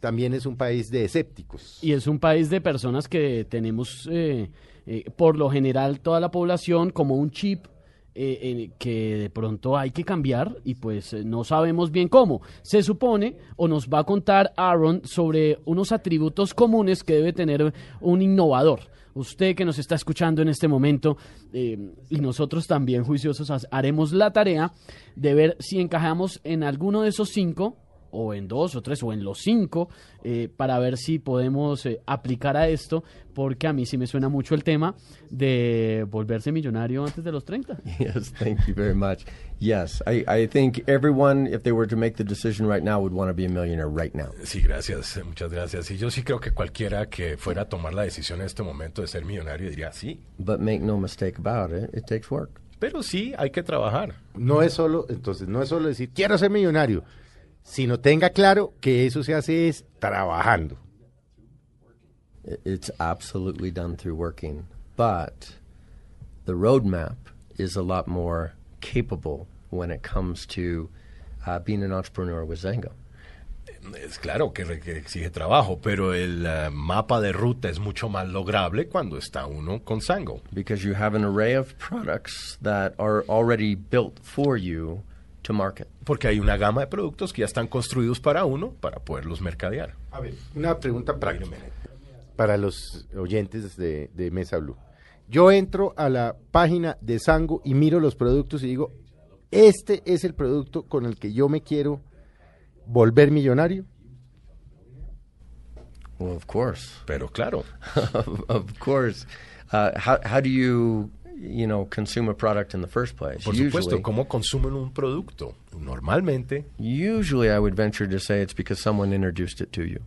Speaker 4: también es un país de escépticos.
Speaker 5: Y es un país de personas que tenemos, eh, eh, por lo general, toda la población como un chip eh, eh, que de pronto hay que cambiar y pues eh, no sabemos bien cómo. Se supone o nos va a contar Aaron sobre unos atributos comunes que debe tener un innovador. Usted que nos está escuchando en este momento eh, y nosotros también juiciosos ha- haremos la tarea de ver si encajamos en alguno de esos cinco o en dos o tres o en los cinco eh, para ver si podemos eh, aplicar a esto porque a mí sí me suena mucho el tema de volverse millonario antes de los 30.
Speaker 6: Yes, thank you very much. Yes, I, I think everyone, if they were to make the decision right now, would want to be a millionaire right now.
Speaker 7: Sí, gracias, eh, muchas gracias. Y yo sí creo que cualquiera que fuera a tomar la decisión en este momento de ser millonario diría sí,
Speaker 6: But make no mistake about it, it takes work.
Speaker 7: pero sí hay que trabajar.
Speaker 4: No es solo, entonces, no es solo decir quiero ser millonario, sino tenga claro que eso se hace es trabajando.
Speaker 6: I- It's absolutely done through working. But the roadmap is a lot more capable when it comes to uh, being an entrepreneur with Zango.
Speaker 7: Es claro que, re- que exige trabajo, pero el eh, mapa de ruta es mucho más lograble cuando está uno con Sango.
Speaker 6: Because you have an array of products that are already built for you to market.
Speaker 7: Porque hay una gama de productos que ya están construidos para uno para poderlos mercadear.
Speaker 4: A ver, una pregunta práctica para los oyentes de, de Mesa Blue. Yo entro a la página de Sango y miro los productos y digo, este es el producto con el que yo me quiero volver millonario.
Speaker 6: Well, of course.
Speaker 7: Pero claro,
Speaker 6: of, of course. Uh, how, how do you you know, consume a product in the first place.
Speaker 7: Por
Speaker 6: usually,
Speaker 7: supuesto, ¿cómo consumen un producto? Normalmente,
Speaker 6: usually, I would venture to say it's because someone introduced it to you.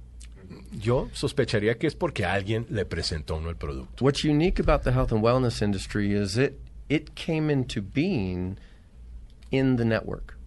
Speaker 7: yo sospecharía que es porque alguien le presentó a uno el producto.
Speaker 6: What's unique about the health and wellness industry is it it came into being in the network.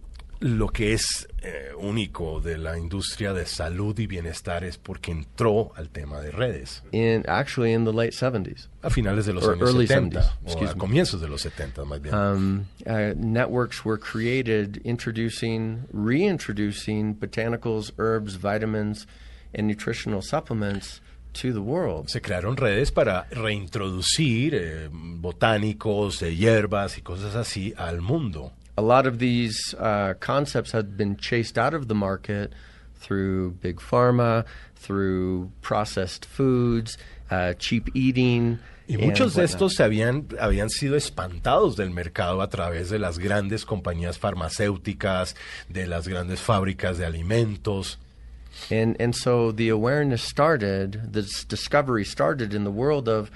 Speaker 7: Lo que es eh, único de la industria de salud y bienestar es porque entró al tema de redes
Speaker 6: In actually in the late 70s,
Speaker 7: a finales de los
Speaker 6: Or
Speaker 7: años
Speaker 6: early
Speaker 7: 70
Speaker 6: 70s,
Speaker 7: o
Speaker 6: excuse
Speaker 7: a
Speaker 6: me.
Speaker 7: comienzos de los 70 más bien.
Speaker 6: um, uh, networks were created introducing, reintroducing botanicals, herbs, vitamins, and nutritional supplements to the world.
Speaker 7: Se crearon redes para reintroducir eh, botánicos, eh, hierbas y cosas así al mundo.
Speaker 6: A lot of these uh, concepts had been chased out of the market through big pharma, through processed foods, uh, cheap eating.
Speaker 7: Y
Speaker 6: and
Speaker 7: muchos de
Speaker 6: whatnot.
Speaker 7: estos se habían, habían sido espantados del mercado a través de las grandes compañías farmacéuticas, de las grandes fábricas de alimentos.
Speaker 6: And and so the awareness started, this discovery started in the world of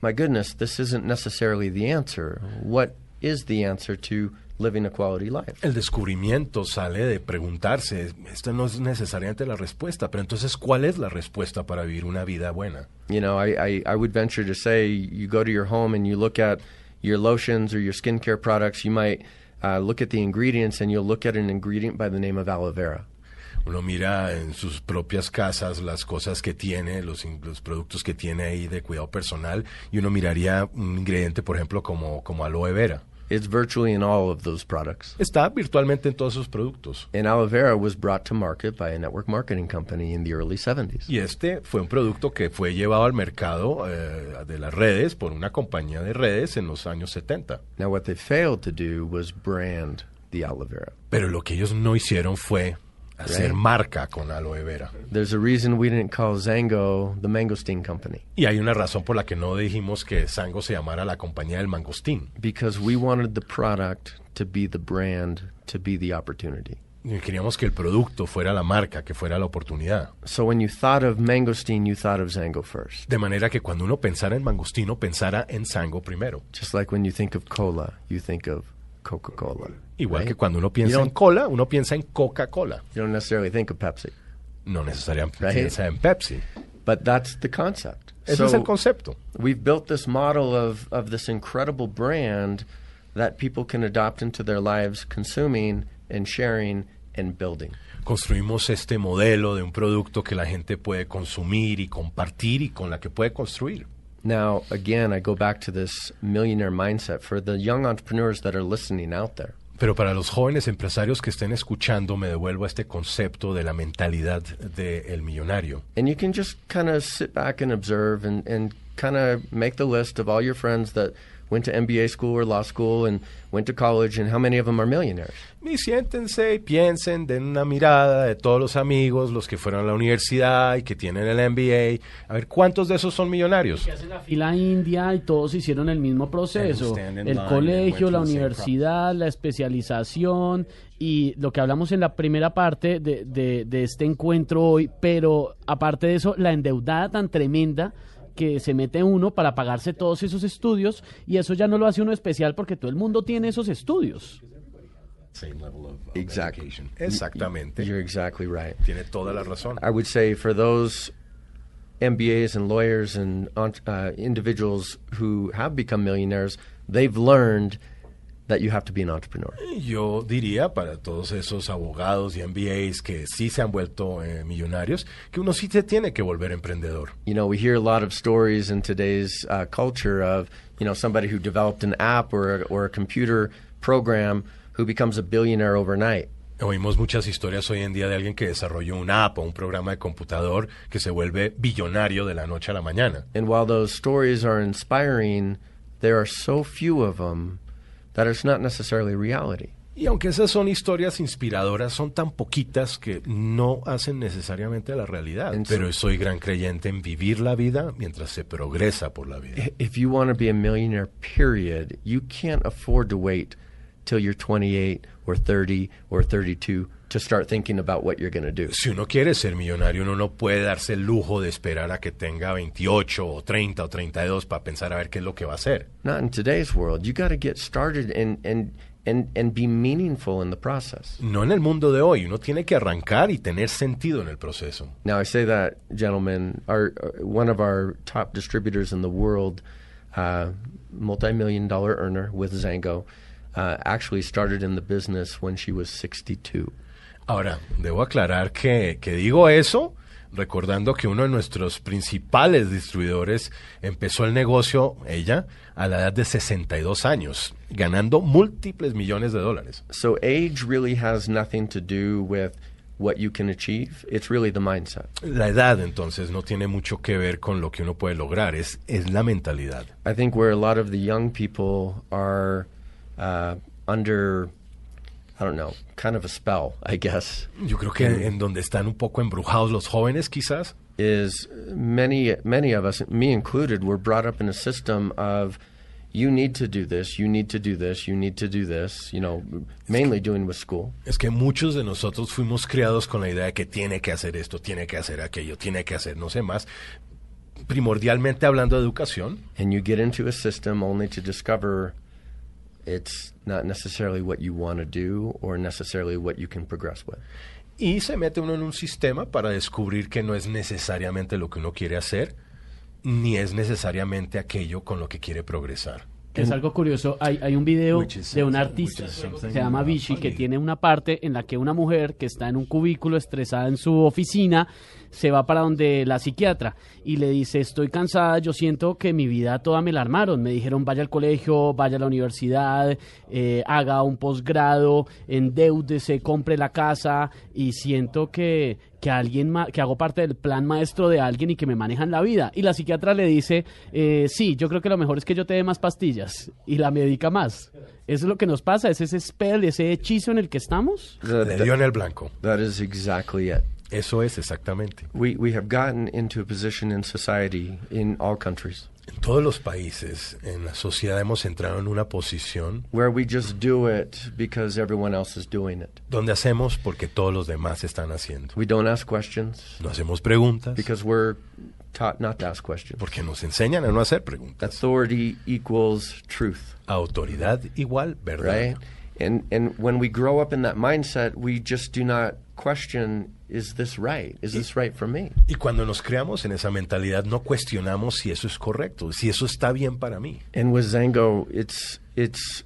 Speaker 6: my goodness, this isn't necessarily the answer. What is the answer to living a quality life?
Speaker 7: El descubrimiento sale de preguntarse, esto no es necesariamente la respuesta, pero entonces, ¿cuál es la respuesta para vivir una vida buena?
Speaker 6: You know, I, I, I would venture to say you go to your home and you look at your lotions or your skincare products, you might uh, look at the ingredients and you'll look at an ingredient by the name of aloe vera.
Speaker 7: Uno mira en sus propias casas las cosas que tiene, los, in- los productos que tiene ahí de cuidado personal, y uno miraría un ingrediente, por ejemplo, como, como aloe vera.
Speaker 6: It's virtually in all of those products.
Speaker 7: Está virtualmente en todos sus productos.
Speaker 6: And aloe vera was brought to market by a network marketing company in the early 70s.
Speaker 7: Y este fue un producto que fue llevado al mercado eh, de las redes por una compañía de redes en los años 70.
Speaker 6: Now, what they failed to do was brand the aloe vera.
Speaker 7: Pero lo que ellos no hicieron fue hacer
Speaker 6: Right.
Speaker 7: marca con aloe vera.
Speaker 6: There's a reason we didn't call Zango the mangosteen company
Speaker 7: Y hay una razón por la que no dijimos que Sango se llamara la compañía del mangostín.
Speaker 6: because we wanted the product to be the brand, to be the opportunity.
Speaker 7: Y Queríamos que el producto fuera la marca, que fuera la oportunidad.
Speaker 6: So when you thought of mangosteen, you thought of Zango first.
Speaker 7: De manera que cuando uno pensara en mangostino, pensara en Sango primero.
Speaker 6: Just like when you think of cola, you think of Coca Cola.
Speaker 7: Igual
Speaker 6: Right.
Speaker 7: que cuando uno piensa
Speaker 6: You
Speaker 7: en
Speaker 6: don't-
Speaker 7: cola, uno piensa en Coca-Cola.
Speaker 6: You don't necessarily think of Pepsi,
Speaker 7: No necesariamente
Speaker 6: Right.
Speaker 7: piensa en Pepsi.
Speaker 6: but that's the concept.
Speaker 7: Ese es el concepto.
Speaker 6: we've built this model of, of this incredible brand that people can adopt into their lives, consuming and sharing and building.
Speaker 7: construimos este modelo de un producto que la gente puede consumir y compartir y con la que puede construir.
Speaker 6: Now, again, I go back to this millionaire mindset for the young entrepreneurs that are listening out there.
Speaker 7: Pero para los jóvenes empresarios que estén escuchando, me devuelvo a este concepto de la mentalidad del millonario.
Speaker 6: And you can just kind of sit back and observe and, and kind of make the list of all your friends that went to MBA school or law school and went to college and how many of them are millionaires.
Speaker 7: Y siéntense y piensen, den una mirada de todos los amigos, los que fueron a la universidad y que tienen el MBA. A ver, ¿cuántos de esos son millonarios?
Speaker 5: que hacen la fila india y todos hicieron el mismo proceso.
Speaker 7: stand in
Speaker 5: El
Speaker 7: line and went
Speaker 5: colegio,
Speaker 7: through
Speaker 5: la
Speaker 7: the same
Speaker 5: universidad, la especialización y lo que hablamos en la primera parte de, de- de este encuentro hoy, pero aparte de eso, la endeudada tan tremenda que se mete uno para pagarse todos esos estudios y eso ya no lo hace uno especial porque todo el mundo tiene esos estudios.
Speaker 6: Exactly.
Speaker 7: Exactamente.
Speaker 6: You're exactly right.
Speaker 7: Tiene toda la razón.
Speaker 6: I would say for those MBAs and lawyers and ent- uh, individuals who have become millionaires, they've learned that you have to be an entrepreneur.
Speaker 7: Yo diría para todos esos abogados y MBAs que sí se han vuelto eh, millonarios, que uno sí se tiene que volver emprendedor.
Speaker 6: You know, we hear a lot of stories in today's uh, culture of you know somebody who developed an app or a, or a computer program who becomes a billionaire overnight.
Speaker 7: Oímos muchas historias hoy en día de alguien que desarrolló una app o un programa de computador que se vuelve billonario de la noche a la mañana.
Speaker 6: And while those stories are inspiring, there are so few of them that it's not necessarily reality.
Speaker 7: Y aunque esas son historias inspiradoras, son tan poquitas que no hacen necesariamente la realidad.
Speaker 6: En-
Speaker 7: Pero soy gran creyente en vivir la vida mientras se progresa por la vida.
Speaker 6: if you want to be a millionaire, period, you can't afford to wait till you're 28 or 30 or 32 to start thinking about what you're going to do.
Speaker 7: Si uno quiere ser millonario, uno no puede darse el lujo de esperar a que tenga 28 o 30 o 32 para pensar a ver qué es lo que va a hacer.
Speaker 6: Not in today's world. You got to get started and, and, and, and be meaningful in the process.
Speaker 7: No en el mundo de hoy, uno tiene que arrancar y tener sentido en el proceso.
Speaker 6: Now, I say that, gentlemen, our, uh, one of our top distributors in the world, uh, multi million dollar earner with Zango, uh, actually started in the business when she was 62.
Speaker 7: Ahora, debo aclarar que, que digo eso recordando que uno de nuestros principales distribuidores empezó el negocio, ella, a la edad de 62 años, ganando múltiples millones de dólares.
Speaker 6: So, age really has nothing to do with what you can achieve, it's really the mindset.
Speaker 7: La edad entonces no tiene mucho que ver con lo que uno puede lograr, es, es la mentalidad.
Speaker 6: I think where a lot of the young people are uh, under, I don't know, kind of a spell, I guess,
Speaker 7: Yo creo que en donde están un poco embrujados los jóvenes quizás
Speaker 6: is many many of us, me included, were brought up in a system of you need to do this, you need to do this, you need to do this. You know, mainly doing with school.
Speaker 7: es que muchos de nosotros fuimos criados con la idea de que tiene que hacer esto, tiene que hacer aquello, tiene que hacer no sé más. Primordialmente hablando de educación,
Speaker 6: and you get into a system only to discover it's not necessarily what you want to do or necessarily what you can progress with.
Speaker 7: y se mete uno en un sistema para descubrir que no es necesariamente lo que uno quiere hacer, ni es necesariamente aquello con lo que quiere progresar.
Speaker 5: Que es algo curioso, hay, hay un video
Speaker 7: Which is
Speaker 5: de un
Speaker 7: something-
Speaker 5: artista
Speaker 7: which is
Speaker 5: que
Speaker 7: something
Speaker 5: se llama Vichy que tiene una parte en la que una mujer que está en un cubículo estresada en su oficina se va para donde la psiquiatra y le dice estoy cansada, yo siento que mi vida toda me la armaron, me dijeron vaya al colegio, vaya a la universidad, eh, haga un posgrado, endeúdese, compre la casa y siento que que alguien ma- que hago parte del plan maestro de alguien y que me manejan la vida. Y la psiquiatra le dice, eh, sí, yo creo que lo mejor es que yo te dé más pastillas y la medica más. Eso es lo que nos pasa, es ese spell, ese hechizo en el que estamos.
Speaker 6: The-
Speaker 7: Le dio en el blanco.
Speaker 6: that is exactly it.
Speaker 7: Eso es exactamente.
Speaker 6: We, we have gotten into a position in society in all countries
Speaker 7: En todos los países, en la sociedad hemos entrado en una posición
Speaker 6: where we just do it because everyone else is doing it.
Speaker 7: donde hacemos porque todos los demás están haciendo.
Speaker 6: We don't ask questions
Speaker 7: No hacemos preguntas
Speaker 6: because we're taught not to ask questions.
Speaker 7: porque nos enseñan a no hacer preguntas.
Speaker 6: Authority equals truth,
Speaker 7: Autoridad igual, ¿verdad?
Speaker 6: right? And, and when we grow up in that mindset, we just do not question is this right? Is this right for me?
Speaker 7: Y cuando nos creamos en esa mentalidad no cuestionamos si eso es correcto, si eso está bien para mí.
Speaker 6: And with Zango, it's, it's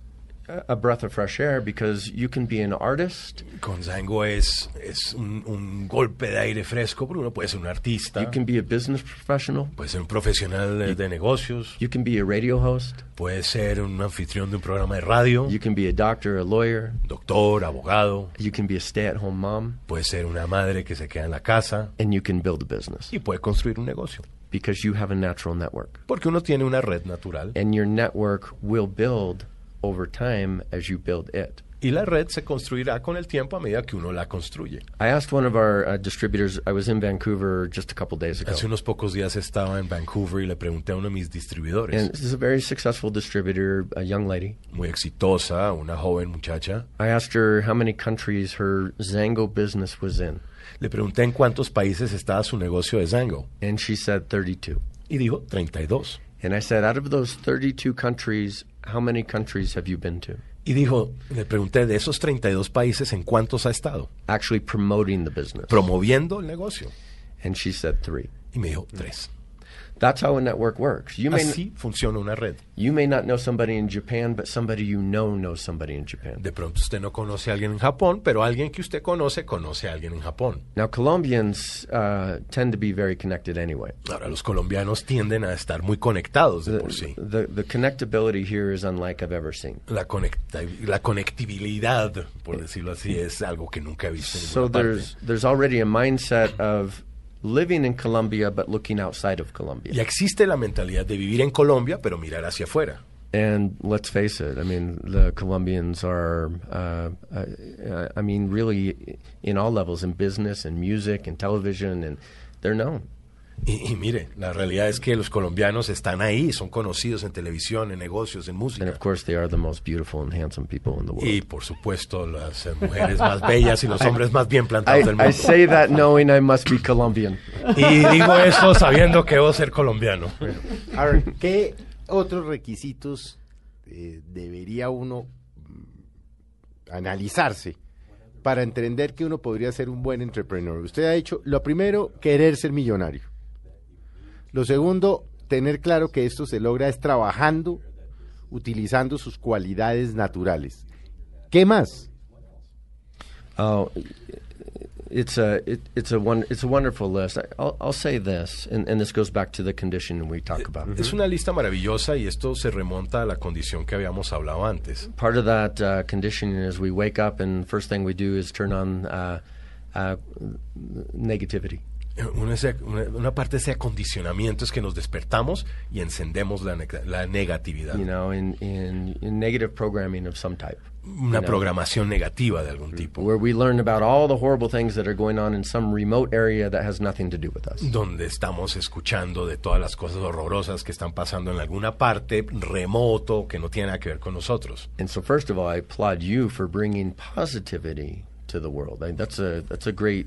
Speaker 6: a a breath of fresh air because you can be an artist.
Speaker 7: Con Zango es, es un, un golpe de aire fresco, porque uno puede ser un artista,
Speaker 6: You can be a business professional.
Speaker 7: puede ser un profesional de, de negocios,
Speaker 6: You can be a radio host.
Speaker 7: puede ser un anfitrión de un programa de radio,
Speaker 6: You can be a doctor, a lawyer.
Speaker 7: doctor, abogado,
Speaker 6: You can be a stay at home mom.
Speaker 7: puede ser una madre que se queda en la casa
Speaker 6: And you can build a business
Speaker 7: y puede construir un negocio.
Speaker 6: because you have a natural network.
Speaker 7: Porque uno tiene una red natural
Speaker 6: And your network will build over time as you build it.
Speaker 7: y la red se construirá con el tiempo a medida que uno la construye.
Speaker 6: I asked one of our uh, distributors, I was in Vancouver just a couple days ago.
Speaker 7: Hace unos pocos días estaba en Vancouver y le pregunté a uno de mis
Speaker 6: And
Speaker 7: distribuidores,
Speaker 6: this is a very successful distributor, a young lady.
Speaker 7: muy exitosa, una joven muchacha,
Speaker 6: I asked her how many countries her Zango business was in.
Speaker 7: le pregunté en cuántos países estaba su negocio de Zango
Speaker 6: And she said 32.
Speaker 7: y dijo 32.
Speaker 6: And I said, out of those 32 countries, how many countries have you been to?
Speaker 7: Y dijo, le pregunté de esos 32 países en cuántos ha estado
Speaker 6: actually promoting the business.
Speaker 7: promoviendo el negocio.
Speaker 6: and she said three.
Speaker 7: Y me dijo, tres.
Speaker 6: That's how a network works. You may
Speaker 7: Así funciona una red.
Speaker 6: you may not know somebody in Japan, but somebody you know knows somebody in Japan.
Speaker 7: De pronto usted no conoce a alguien en Japón, pero alguien que usted conoce conoce a alguien en Japón.
Speaker 6: Now Colombians uh, tend to be very connected anyway.
Speaker 7: Ahora, los colombianos tienden a estar muy conectados de por sí.
Speaker 6: The the connectability here is unlike I've ever seen.
Speaker 7: La, conecta- la conectividad, por decirlo así, es algo que nunca he visto en
Speaker 6: So
Speaker 7: ninguna parte.
Speaker 6: there's there's already a mindset of living in Colombia but looking outside of Colombia.
Speaker 7: Ya existe la mentalidad de vivir en Colombia, pero mirar hacia afuera.
Speaker 6: And let's face it, I mean, the Colombians are, uh, uh, I mean, really in all levels in business and music and television, and they're known.
Speaker 7: Y, y mire, la realidad es que los colombianos están ahí, son conocidos en televisión, en negocios, en
Speaker 6: And of
Speaker 7: música.
Speaker 6: course, they are the most beautiful and handsome people in the world.
Speaker 7: Y por supuesto, las eh, mujeres más bellas y los hombres más bien plantados del
Speaker 6: I, I
Speaker 7: mundo.
Speaker 6: say that knowing I must be Colombian.
Speaker 7: Y digo esto sabiendo que debo ser colombiano.
Speaker 4: A ver, ¿qué otros requisitos eh, debería uno mm, analizarse para entender que uno podría ser un buen entrepreneur? Usted ha dicho, lo primero, querer ser millonario. Lo segundo, tener claro que esto se logra es trabajando, utilizando sus cualidades naturales. ¿Qué más?
Speaker 6: Oh, it's a it, it's a one it's a wonderful list. I, I'll, I'll say this, and, and this goes back to the condition we talk about.
Speaker 7: Es una lista maravillosa y esto se remonta a la condición que habíamos hablado antes.
Speaker 6: Part of that uh, conditioning is we wake up and first thing we do is turn on uh, uh, negativity.
Speaker 7: Eh, Una, ese- una- una parte de ese acondicionamiento es que nos despertamos y encendemos la, neg- la negatividad,
Speaker 6: You know, in, in, in negative programming of some type.
Speaker 7: una programación negativa de algún tipo,
Speaker 6: where we learn about all the horrible things that are going on in some remote area that has nothing to do with us.
Speaker 7: donde estamos escuchando de todas las cosas horrorosas que están pasando en alguna parte remoto que no tiene nada que ver con nosotros.
Speaker 6: And so, first of all, I applaud you for bringing positivity to the world. I, that's a that's a great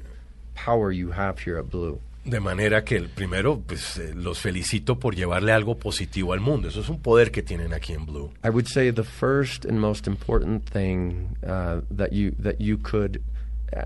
Speaker 6: power you have here at Blue.
Speaker 7: De manera que el primero, pues eh, los felicito por llevarle algo positivo al mundo. Eso es un poder que tienen aquí en Blue.
Speaker 6: I would say the first and most important thing uh, that you that you could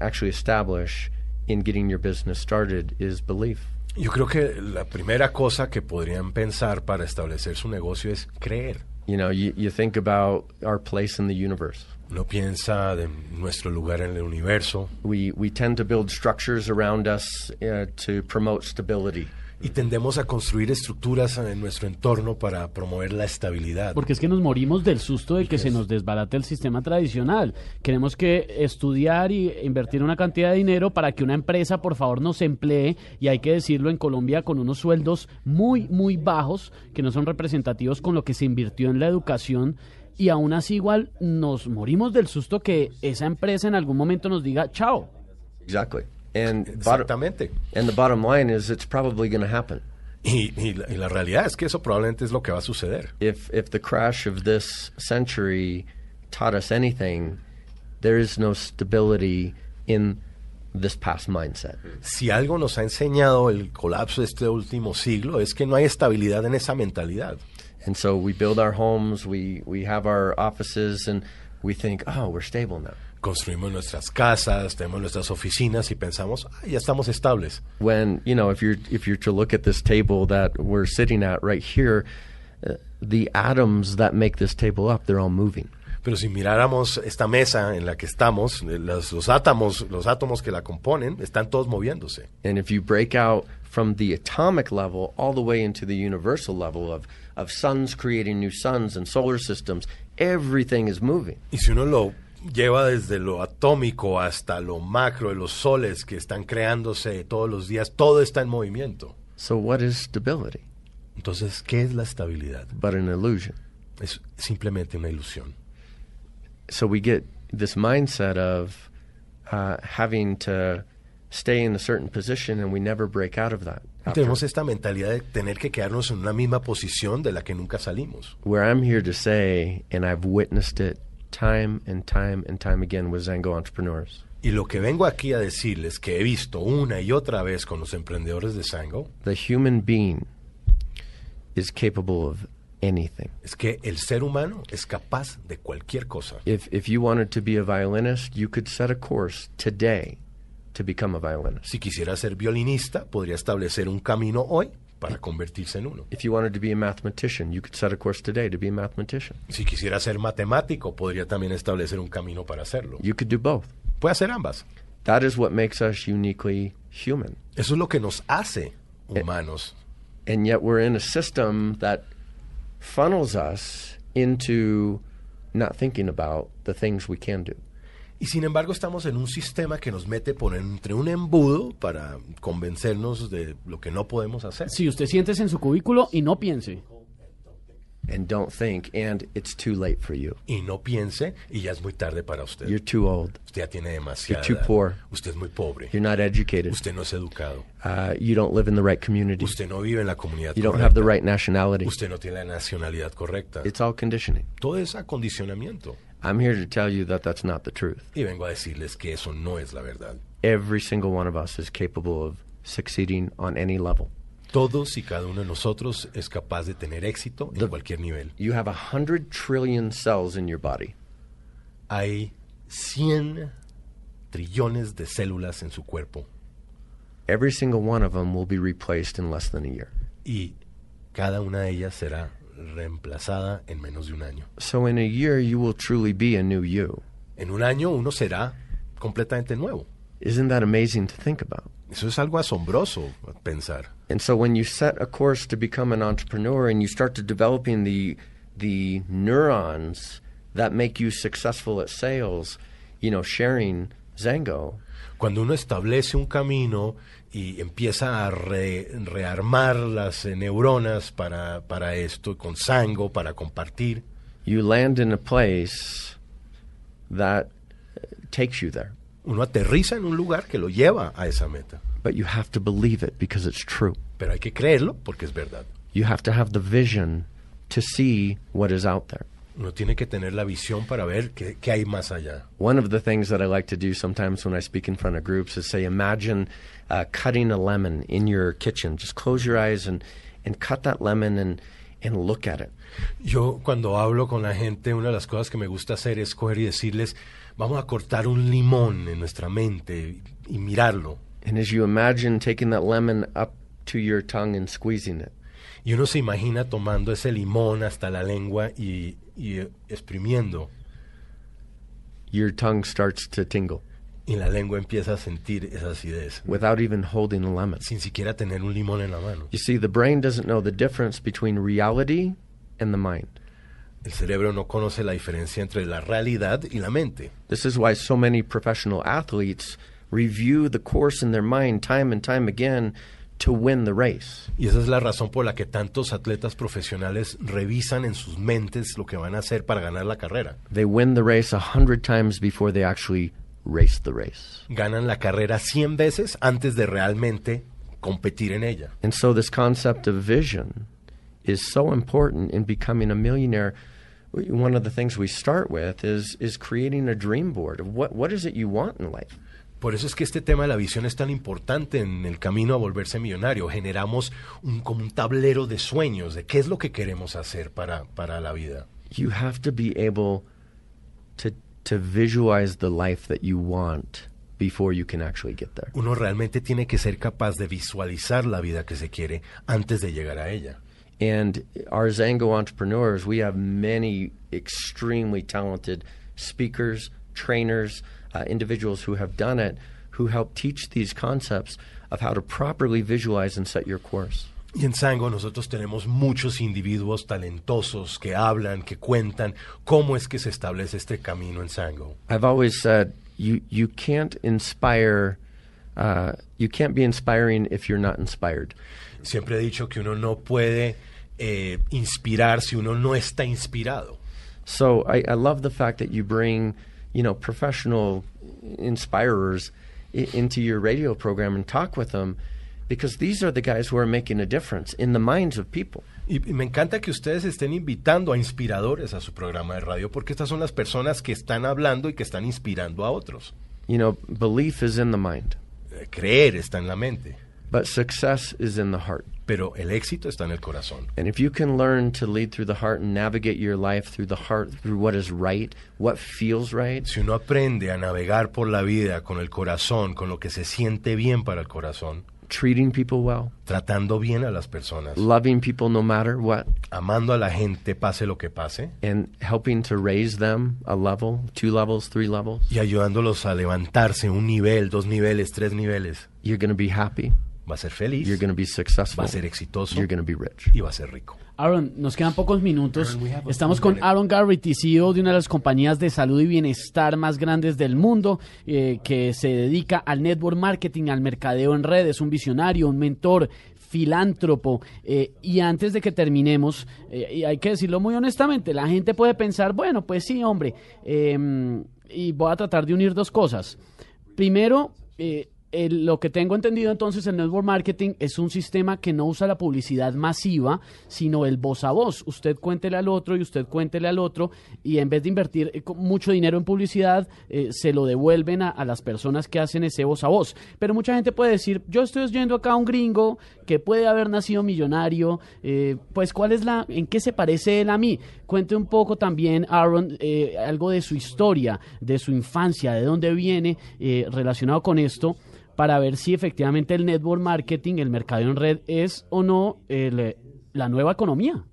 Speaker 6: actually establish in getting your business started is belief.
Speaker 7: Yo creo que la primera cosa que podrían pensar para establecer su negocio es creer.
Speaker 6: You know, you, you think about our place in the universe.
Speaker 7: Uno piensa de nuestro lugar en el universo
Speaker 6: We we tend to build structures around us uh, to promote stability.
Speaker 7: y tendemos a construir estructuras en nuestro entorno para promover la estabilidad.
Speaker 5: Porque es que nos morimos del susto de que se nos desbarate el sistema tradicional. Queremos que estudiar y invertir una cantidad de dinero para que una empresa, por favor, nos emplee. Y hay que decirlo en Colombia con unos sueldos muy, muy bajos que no son representativos con lo que se invirtió en la educación. Y aún así, igual nos morimos del susto que esa empresa en algún momento nos diga chao.
Speaker 6: Exactly. And bottom,
Speaker 7: Exactamente.
Speaker 6: and the bottom line is it's probably going to happen.
Speaker 7: Y, y la, y la realidad es que eso probablemente es lo que va a suceder.
Speaker 6: if if the crash of this century taught us anything, there is no stability in this past mindset.
Speaker 7: Si algo nos ha enseñado el colapso de este último siglo es que no hay estabilidad en esa mentalidad.
Speaker 6: And so we build our homes, we we have our offices, and we think, oh, we're stable now.
Speaker 7: Construimos nuestras casas, tenemos nuestras oficinas y pensamos, "Ah, ya estamos estables.
Speaker 6: When you know, if you're if you're to look at this table that we're sitting at right here, uh, the atoms that make this table up, they're all moving.
Speaker 7: Pero si miráramos esta mesa en la que estamos, eh, las- los átomos, los átomos que la componen, están todos moviéndose.
Speaker 6: And if you break out from the atomic level all the way into the universal level of, of suns creating new suns and solar systems, everything is moving.
Speaker 7: Y si uno lo lleva desde lo atómico hasta lo macro, de los soles que están creándose todos los días, todo está en movimiento.
Speaker 6: So, what is stability
Speaker 7: Entonces, ¿qué es la estabilidad?
Speaker 6: but an illusion?
Speaker 7: Es simplemente una ilusión.
Speaker 6: So, we get this mindset of uh, having to stay in a certain position and we never break out of that. after.
Speaker 7: Tenemos esta mentalidad de tener que quedarnos en una misma posición de la que nunca salimos.
Speaker 6: Where I'm here to say, and I've witnessed it time and time and time again with Zango entrepreneurs,
Speaker 7: Y lo que vengo aquí a decirles que he visto una y otra vez con los emprendedores de Sango
Speaker 6: the human being is capable of anything.
Speaker 7: es que el ser humano es capaz de cualquier cosa.
Speaker 6: if if you wanted to be a violinist, you could set a course today to become a violinist.
Speaker 7: Si quisiera ser violinista, podría establecer un camino hoy para convertirse en uno.
Speaker 6: If you wanted to be a mathematician, you could set a course today to be a mathematician.
Speaker 7: Si quisiera ser matemático, podría también establecer un camino para hacerlo.
Speaker 6: You could do both.
Speaker 7: Puede hacer ambas.
Speaker 6: That is what makes us uniquely human.
Speaker 7: Eso es lo que nos hace humanos.
Speaker 6: And yet we're in a system that funnels us into not thinking about the things we can do.
Speaker 7: Y sin embargo estamos en un sistema que nos mete por entre un embudo para convencernos de lo que no podemos hacer.
Speaker 5: Si usted siéntese en su cubículo y no piense.
Speaker 6: and don't think, and it's too late for you.
Speaker 7: Y no piense y ya es muy tarde para usted.
Speaker 6: You're too old.
Speaker 7: usted ya tiene demasiada.
Speaker 6: you're too
Speaker 7: edad.
Speaker 6: poor.
Speaker 7: Usted es muy pobre.
Speaker 6: You're not educated.
Speaker 7: Usted no es educado.
Speaker 6: Uh, you don't live in the right community.
Speaker 7: Usted no vive en la comunidad
Speaker 6: You don't
Speaker 7: correcta.
Speaker 6: have the right nationality.
Speaker 7: Usted no tiene la nacionalidad correcta.
Speaker 6: It's all conditioning.
Speaker 7: Todo es acondicionamiento.
Speaker 6: I'm here to tell you that that's not the truth.
Speaker 7: Y vengo a decirles que eso no es la verdad.
Speaker 6: Every single one of us is capable of succeeding on any level.
Speaker 7: Todos y cada uno de nosotros es capaz de tener éxito en cualquier nivel.
Speaker 6: You have a hundred trillion cells in your body.
Speaker 7: Hay 100 trillones de células en su cuerpo
Speaker 6: Every single one of them will be replaced in less than a year.
Speaker 7: y cada una de ellas será reemplazada en menos de un año.
Speaker 6: So in a year, you will truly be a new you.
Speaker 7: En un año uno será completamente nuevo.
Speaker 6: Isn't that amazing to think about?
Speaker 7: Eso es algo asombroso pensar.
Speaker 6: And so when you set a course to become an entrepreneur and you start to developing the the neurons that make you successful at sales, you know, sharing Zango,
Speaker 7: Cuando uno establece un camino y empieza a re- rearmar las eh, neuronas para, para esto, con sango, para compartir,
Speaker 6: you land in a place that uh, takes you there.
Speaker 7: uno aterriza en un lugar que lo lleva a esa meta.
Speaker 6: But you have to believe it because it's true.
Speaker 7: Pero hay que creerlo porque es verdad.
Speaker 6: You have to have the vision to see what is out there.
Speaker 7: Uno tiene que tener la visión para ver qué, qué hay más allá.
Speaker 6: One of the things that I like to do sometimes when I speak in front of groups is say, imagine uh, cutting a lemon in your kitchen. Just close your eyes and, and cut that lemon and, and look at it.
Speaker 7: Yo cuando hablo con la gente, una de las cosas que me gusta hacer es coger y decirles, vamos a cortar un limón en nuestra mente y, y mirarlo.
Speaker 6: And as you imagine taking that lemon up to your tongue and squeezing it,
Speaker 7: Y uno se imagina tomando ese limón hasta la lengua y, y eh, exprimiendo.
Speaker 6: your tongue starts to tingle
Speaker 7: Y la lengua empieza a sentir esa acidez,
Speaker 6: without even holding a lemon.
Speaker 7: sin siquiera tener un limón en la mano.
Speaker 6: You see, the brain doesn't know the difference between reality and the mind.
Speaker 7: El cerebro no conoce la diferencia entre la realidad y la mente.
Speaker 6: This is why so many professional athletes review the course in their mind time and time again to win the race.
Speaker 7: Y esa es la razón por la que tantos atletas profesionales revisan en sus mentes lo que van a hacer para ganar la carrera.
Speaker 6: They win the race a hundred times before they actually race the race.
Speaker 7: Ganan la carrera 100 veces antes de realmente competir en ella.
Speaker 6: And so this concept of vision is so important in becoming a millionaire. W- One of the things we start with is is creating a dream board of what, what is it you want in life.
Speaker 7: Por eso es que este tema de la visión es tan importante en el camino a volverse millonario. Generamos un, como un tablero de sueños de qué es lo que queremos hacer para, para la vida.
Speaker 6: You have to be able to to visualize the life that you want before you can actually get there.
Speaker 7: Uno realmente tiene que ser capaz de visualizar la vida que se quiere antes de llegar a ella.
Speaker 6: And our Zango entrepreneurs, we have many extremely talented speakers, trainers, uh, individuals who have done it, who help teach these concepts of how to properly visualize and set your course.
Speaker 7: Y en Sango nosotros tenemos muchos individuos talentosos que hablan, que cuentan cómo es que se establece este camino en Sango.
Speaker 6: I've always said you you can't inspire. Uh, you can't be inspiring if you're not inspired.
Speaker 7: Siempre he dicho que uno no puede eh, inspirar si uno no está inspirado.
Speaker 6: So I, I love the fact that you bring, you know, professional inspirers i- into your radio program and talk with them, because these are the guys who are making a difference in the minds of people.
Speaker 7: Y, y me encanta que ustedes estén invitando a inspiradores a su programa de radio porque estas son las personas que están hablando y que están inspirando a otros.
Speaker 6: You know, belief is in the mind,
Speaker 7: Eh, Creer está en la mente,
Speaker 6: but success is in the heart.
Speaker 7: pero el éxito está en el corazón.
Speaker 6: And if you can learn to lead through the heart and navigate your life through the heart, through what is right, what feels right,
Speaker 7: Si uno aprende a navegar por la vida con el corazón, con lo que se siente bien para el corazón,
Speaker 6: treating people well,
Speaker 7: tratando bien a las personas,
Speaker 6: loving people no matter what,
Speaker 7: amando a la gente pase lo que pase
Speaker 6: and helping to raise them a level, two levels, three levels,
Speaker 7: y ayudándolos a levantarse un nivel, dos niveles, tres niveles,
Speaker 6: you're going to be happy.
Speaker 7: va a ser feliz,
Speaker 6: You're going to be successful.
Speaker 7: va a ser exitoso
Speaker 6: You're going to be rich.
Speaker 7: y va a ser rico.
Speaker 5: Aaron, nos quedan pocos minutos. Estamos con Aaron Garrity, CEO E de una de las compañías de salud y bienestar más grandes del mundo, eh, que se dedica al network marketing, al mercadeo en redes, un visionario, un mentor, filántropo. Eh, y antes de que terminemos, eh, y hay que decirlo muy honestamente, la gente puede pensar, bueno, pues sí, hombre, eh, y voy a tratar de unir dos cosas. Primero, eh, el- lo que tengo entendido entonces, el network marketing es un sistema que no usa la publicidad masiva, sino el voz a voz. Usted cuéntele al otro y usted cuéntele al otro y en vez de invertir eh, co- mucho dinero en publicidad, eh, se lo devuelven a, a las personas que hacen ese voz a voz. Pero mucha gente puede decir, yo estoy oyendo acá a un gringo que puede haber nacido millonario, eh, pues cuál es la, en qué se parece él a mí. Cuente un poco también, Aaron, eh, algo de su historia, de su infancia, de dónde viene eh, relacionado con esto para ver si efectivamente el network marketing, el mercado en red, es o no el, eh, la nueva economía.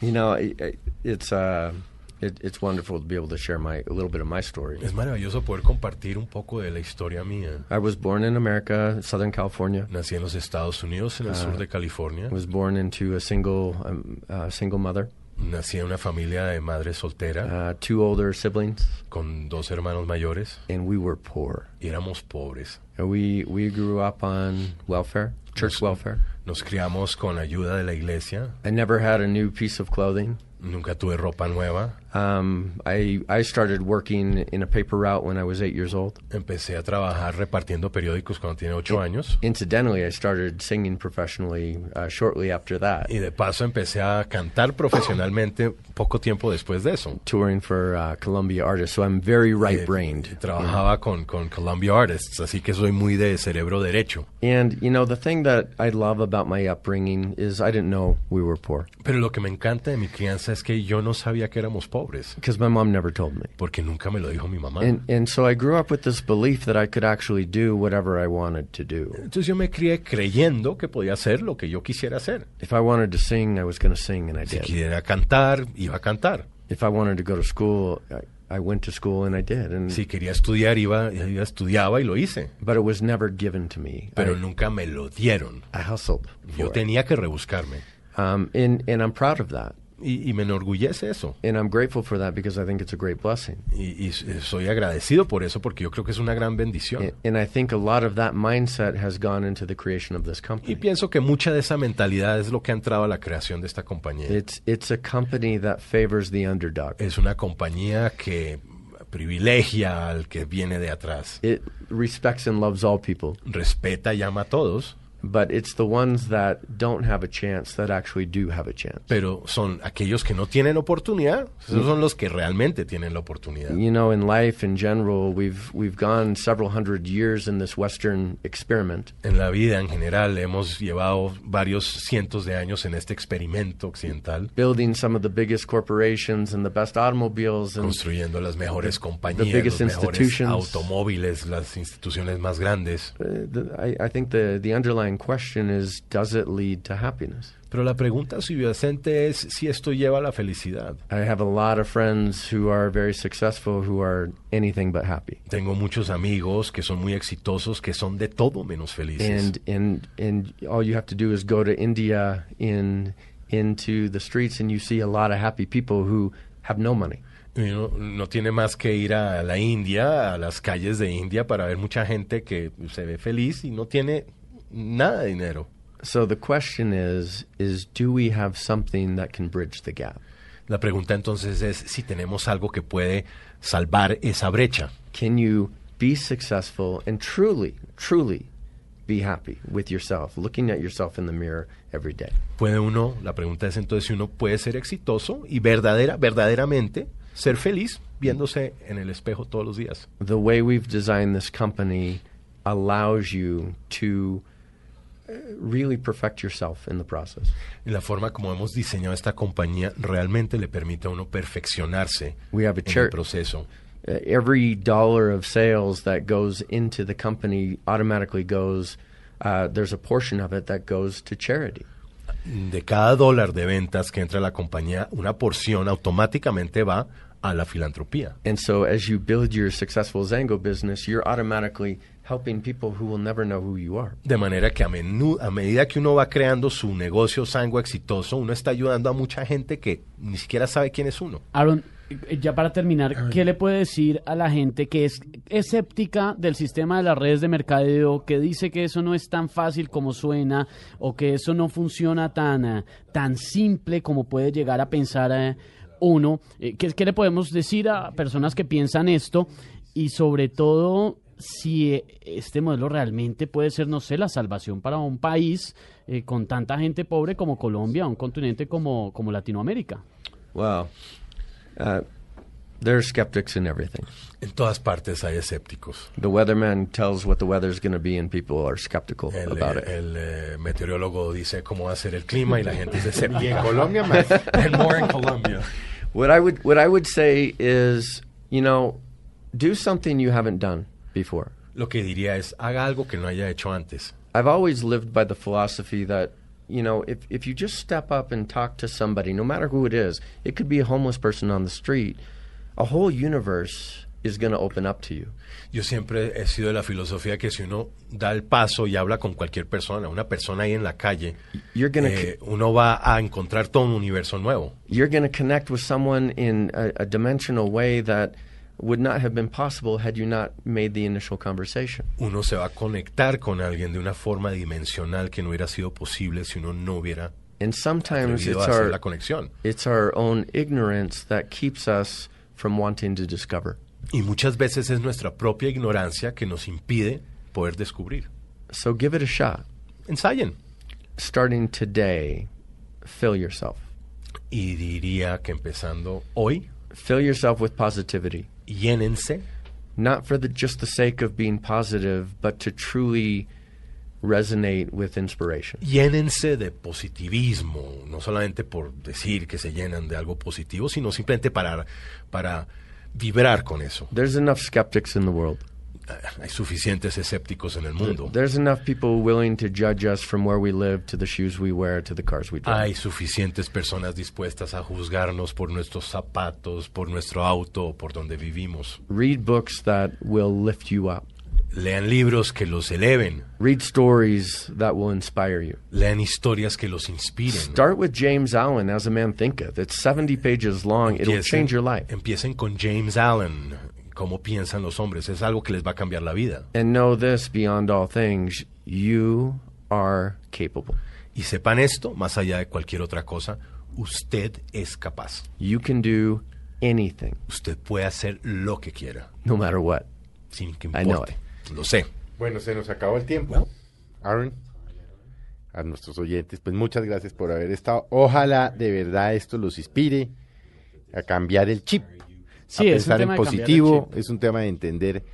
Speaker 6: You know, i i it's uh, it, it's wonderful to be able to share my a little bit of my story.
Speaker 7: Es maravilloso poder compartir un poco de la historia mía.
Speaker 6: I was born in America, Southern California.
Speaker 7: Nací en los Estados Unidos, en el sur de California.
Speaker 6: I was born into a single um, uh, single mother,
Speaker 7: Nací en una familia de madre soltera,
Speaker 6: uh, two older siblings,
Speaker 7: con dos hermanos mayores,
Speaker 6: and we were poor.
Speaker 7: y éramos pobres.
Speaker 6: And we we grew up on welfare, church welfare.
Speaker 7: Nos criamos con ayuda de la iglesia.
Speaker 6: I never had a new piece of clothing.
Speaker 7: Nunca tuve ropa nueva.
Speaker 6: Um, I I started working in a paper route when I was eight years old.
Speaker 7: Empecé a trabajar repartiendo periódicos cuando tenía ocho años.
Speaker 6: Incidentally, I started singing professionally uh, shortly after that,
Speaker 7: Y de paso empecé a cantar profesionalmente poco tiempo después de eso.
Speaker 6: touring for uh, Columbia artists. So I'm very right-brained.
Speaker 7: Eh, Trabajaba con, con Columbia Artists, así que soy muy de cerebro derecho.
Speaker 6: And you know, the thing that I love about my upbringing is I didn't know we were poor
Speaker 7: Pero lo que me encanta de mi crianza es que yo no sabía que éramos pobres,
Speaker 6: because my mom never told me.
Speaker 7: porque nunca me lo dijo mi mamá.
Speaker 6: And and so I grew up with this belief that I could actually do whatever I wanted to do.
Speaker 7: Entonces yo me crié creyendo que podía hacer lo que yo quisiera hacer.
Speaker 6: If I wanted to sing, I was going to sing, and I
Speaker 7: Si
Speaker 6: did.
Speaker 7: quisiera cantar, iba a cantar.
Speaker 6: If I wanted to go to school, I, I went to school, and I did. And
Speaker 7: Si quería estudiar, iba, iba- estudiaba y lo hice.
Speaker 6: but it was never given to me.
Speaker 7: Pero nunca me lo dieron.
Speaker 6: I hustled. For
Speaker 7: Yo
Speaker 6: it.
Speaker 7: tenía que rebuscarme.
Speaker 6: Um, and and I'm proud of that,
Speaker 7: Y, y me enorgullece eso.
Speaker 6: and I'm grateful for that because I think it's a great blessing.
Speaker 7: Y, y s- soy agradecido por eso porque yo creo que es una gran bendición.
Speaker 6: And, and I think a lot of that mindset has gone into the creation of this
Speaker 7: Y
Speaker 6: company.
Speaker 7: pienso que mucha de esa mentalidad es lo que ha entrado a la creación de esta compañía.
Speaker 6: It's it's a company that favors the underdog.
Speaker 7: Es una compañía que privilegia al que viene de atrás.
Speaker 6: It respects and loves all people,
Speaker 7: Respeta y ama a todos,
Speaker 6: but it's the ones that don't have a chance that actually do have a chance.
Speaker 7: pero son aquellos que no tienen oportunidad, esos son los que realmente tienen la oportunidad.
Speaker 6: You know, in life in general, we've we've gone several hundred years in this Western experiment,
Speaker 7: En la vida en general hemos llevado varios cientos de años en este experimento occidental,
Speaker 6: building some of the biggest corporations and the best automobiles and
Speaker 7: construyendo las mejores
Speaker 6: the
Speaker 7: compañías,
Speaker 6: biggest
Speaker 7: los mejores
Speaker 6: institutions.
Speaker 7: automóviles, las instituciones más grandes.
Speaker 6: Uh, the, I, I think the, the underlying question is does it lead to happiness?
Speaker 7: Pero la pregunta subyacente es si esto lleva a la felicidad.
Speaker 6: I have a lot of friends who are very successful who are anything but happy.
Speaker 7: Tengo muchos amigos que son muy exitosos, que son de todo menos felices.
Speaker 6: And, and, and all you have to do is go to India in, into the streets and you see a lot of happy people who have no money.
Speaker 7: Y uno no tiene más que ir a la India, a las calles de India, para ver mucha gente que se ve feliz y no tiene nada de dinero.
Speaker 6: So the question is is do we have something that can bridge the gap?
Speaker 7: La pregunta entonces es si tenemos algo que puede salvar esa brecha.
Speaker 6: Can you be successful and truly, truly be happy with yourself, looking at yourself in the mirror every day?
Speaker 7: ¿Puede uno, la pregunta es entonces si uno puede ser exitoso y verdadera, verdaderamente ser feliz viéndose en el espejo todos los días?
Speaker 6: the way we've designed this company allows you to uh, really perfect yourself in the process.
Speaker 7: Y La forma como hemos diseñado esta compañía realmente le permite a uno perfeccionarse
Speaker 6: We have a
Speaker 7: en el
Speaker 6: church.
Speaker 7: proceso.
Speaker 6: Uh, Every dollar of sales that goes into the company automatically goes. Uh, there's a portion of it that goes to charity.
Speaker 7: De cada dólar de ventas que entra a la compañía, una porción automáticamente va a la filantropía.
Speaker 6: And so, as you build your successful Zango business, you're automatically helping people who will never know who you are.
Speaker 7: De manera que a, menú- a medida que uno va creando su negocio sango exitoso, uno está ayudando a mucha gente que ni siquiera sabe quién es uno.
Speaker 5: Aaron, eh, ya para terminar, ¿qué le puede decir a la gente que es escéptica del sistema de las redes de mercadeo, que dice que eso no es tan fácil como suena o que eso no funciona tan, ah, tan simple como puede llegar a pensar eh, uno? Eh, ¿qué, qué le podemos decir a personas que piensan esto y sobre todo si eh, este modelo realmente puede ser, no sé, la salvación para un país eh, con tanta gente pobre como Colombia, un continente como, como Latinoamérica?
Speaker 6: Well, uh, there are skeptics in everything.
Speaker 7: En todas partes hay escépticos.
Speaker 6: The weatherman tells what the weather's going to be, and people are skeptical
Speaker 7: El,
Speaker 6: about
Speaker 7: eh,
Speaker 6: it.
Speaker 7: el, eh, meteorólogo dice cómo va a ser el clima y la gente es escéptica.
Speaker 4: Y en Colombia más.
Speaker 7: And more in Colombia.
Speaker 6: What I would what I would say is, you know, do something you haven't done before.
Speaker 7: Lo que diría es, haga algo que no haya hecho antes.
Speaker 6: I've always lived by the philosophy that, you know, if, if you just step up and talk to somebody, no matter who it is, it could be a homeless person on the street, a whole universe is going to open up to you.
Speaker 7: Yo siempre he sido de la filosofía que si uno da el paso y habla con cualquier persona, una persona ahí en la calle,
Speaker 6: You're gonna
Speaker 7: eh, uno va a encontrar todo un universo nuevo.
Speaker 6: You're going to connect with someone in a, a dimensional way that would not have been possible had you not made the initial conversation.
Speaker 7: Uno se va a conectar con alguien de una forma dimensional que no hubiera sido posible si uno no hubiera
Speaker 6: And sometimes
Speaker 7: atrevido
Speaker 6: it's
Speaker 7: a hacer
Speaker 6: our
Speaker 7: la conexión.
Speaker 6: it's our own ignorance that keeps us from wanting to discover.
Speaker 7: Y muchas veces es nuestra propia ignorancia que nos impide poder descubrir.
Speaker 6: So give it a shot.
Speaker 7: Ensayen.
Speaker 6: Starting today, fill yourself.
Speaker 7: Y diría que empezando hoy,
Speaker 6: Fill yourself with positivity,
Speaker 7: llénense
Speaker 6: not for the, just the sake of being positive, but to truly resonate with inspiration.
Speaker 7: llénense de positivismo, no solamente por decir que se llenan de algo positivo, sino simplemente para, para vibrar con eso.
Speaker 6: There's enough skeptics in the world.
Speaker 7: Hay suficientes escépticos en el mundo.
Speaker 6: There's enough people willing to judge us from where we live to the shoes we wear to the cars we drive.
Speaker 7: Hay suficientes personas dispuestas a juzgarnos por nuestros zapatos, por nuestro auto, por donde vivimos.
Speaker 6: Read books that will lift you up.
Speaker 7: Lean libros que los eleven,
Speaker 6: Read stories that will inspire you.
Speaker 7: lean historias que los inspiren.
Speaker 6: Mm-hmm. Start with James Allen, As a Man Thinketh. It's 70 pages long. It'll change your life.
Speaker 7: empiecen con James Allen, cómo piensan los hombres, es algo que les va a cambiar la vida.
Speaker 6: And know this beyond all things you are capable.
Speaker 7: Y sepan esto, más allá de cualquier otra cosa, usted es capaz.
Speaker 6: You can do anything,
Speaker 7: Usted puede hacer lo que quiera,
Speaker 6: no matter what.
Speaker 7: sin que
Speaker 6: I know
Speaker 7: importe. Lo sé.
Speaker 4: Bueno, se nos acabó el tiempo. Aaron, a nuestros oyentes, pues muchas gracias por haber estado. Ojalá de verdad esto los inspire a cambiar el chip,
Speaker 5: Sí,
Speaker 4: a
Speaker 5: es un
Speaker 4: pensar en
Speaker 5: tema de cambiar el
Speaker 4: positivo.
Speaker 5: chip.
Speaker 4: Es un tema de entender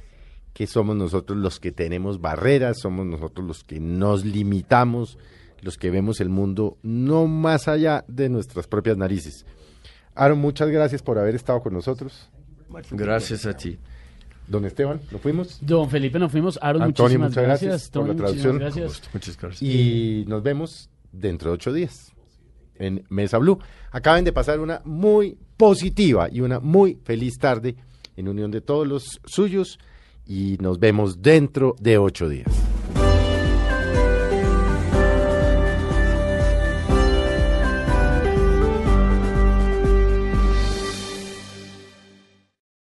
Speaker 4: que somos nosotros los que tenemos barreras, somos nosotros los que nos limitamos, los que vemos el mundo no más allá de nuestras propias narices. Aaron, muchas gracias por haber estado con nosotros.
Speaker 6: Gracias a ti.
Speaker 4: Don Esteban, ¿lo fuimos?
Speaker 5: Don Felipe, nos fuimos. Aaron,
Speaker 4: Antonio,
Speaker 5: muchísimas
Speaker 4: muchas gracias por
Speaker 5: Tony,
Speaker 4: la
Speaker 5: muchísimas
Speaker 4: traducción.
Speaker 5: gracias.
Speaker 6: Muchas gracias.
Speaker 4: Y nos vemos dentro de ocho días en Mesa Blue. Acaben de pasar una muy positiva y una muy feliz tarde en unión de todos los suyos y nos vemos dentro de ocho días.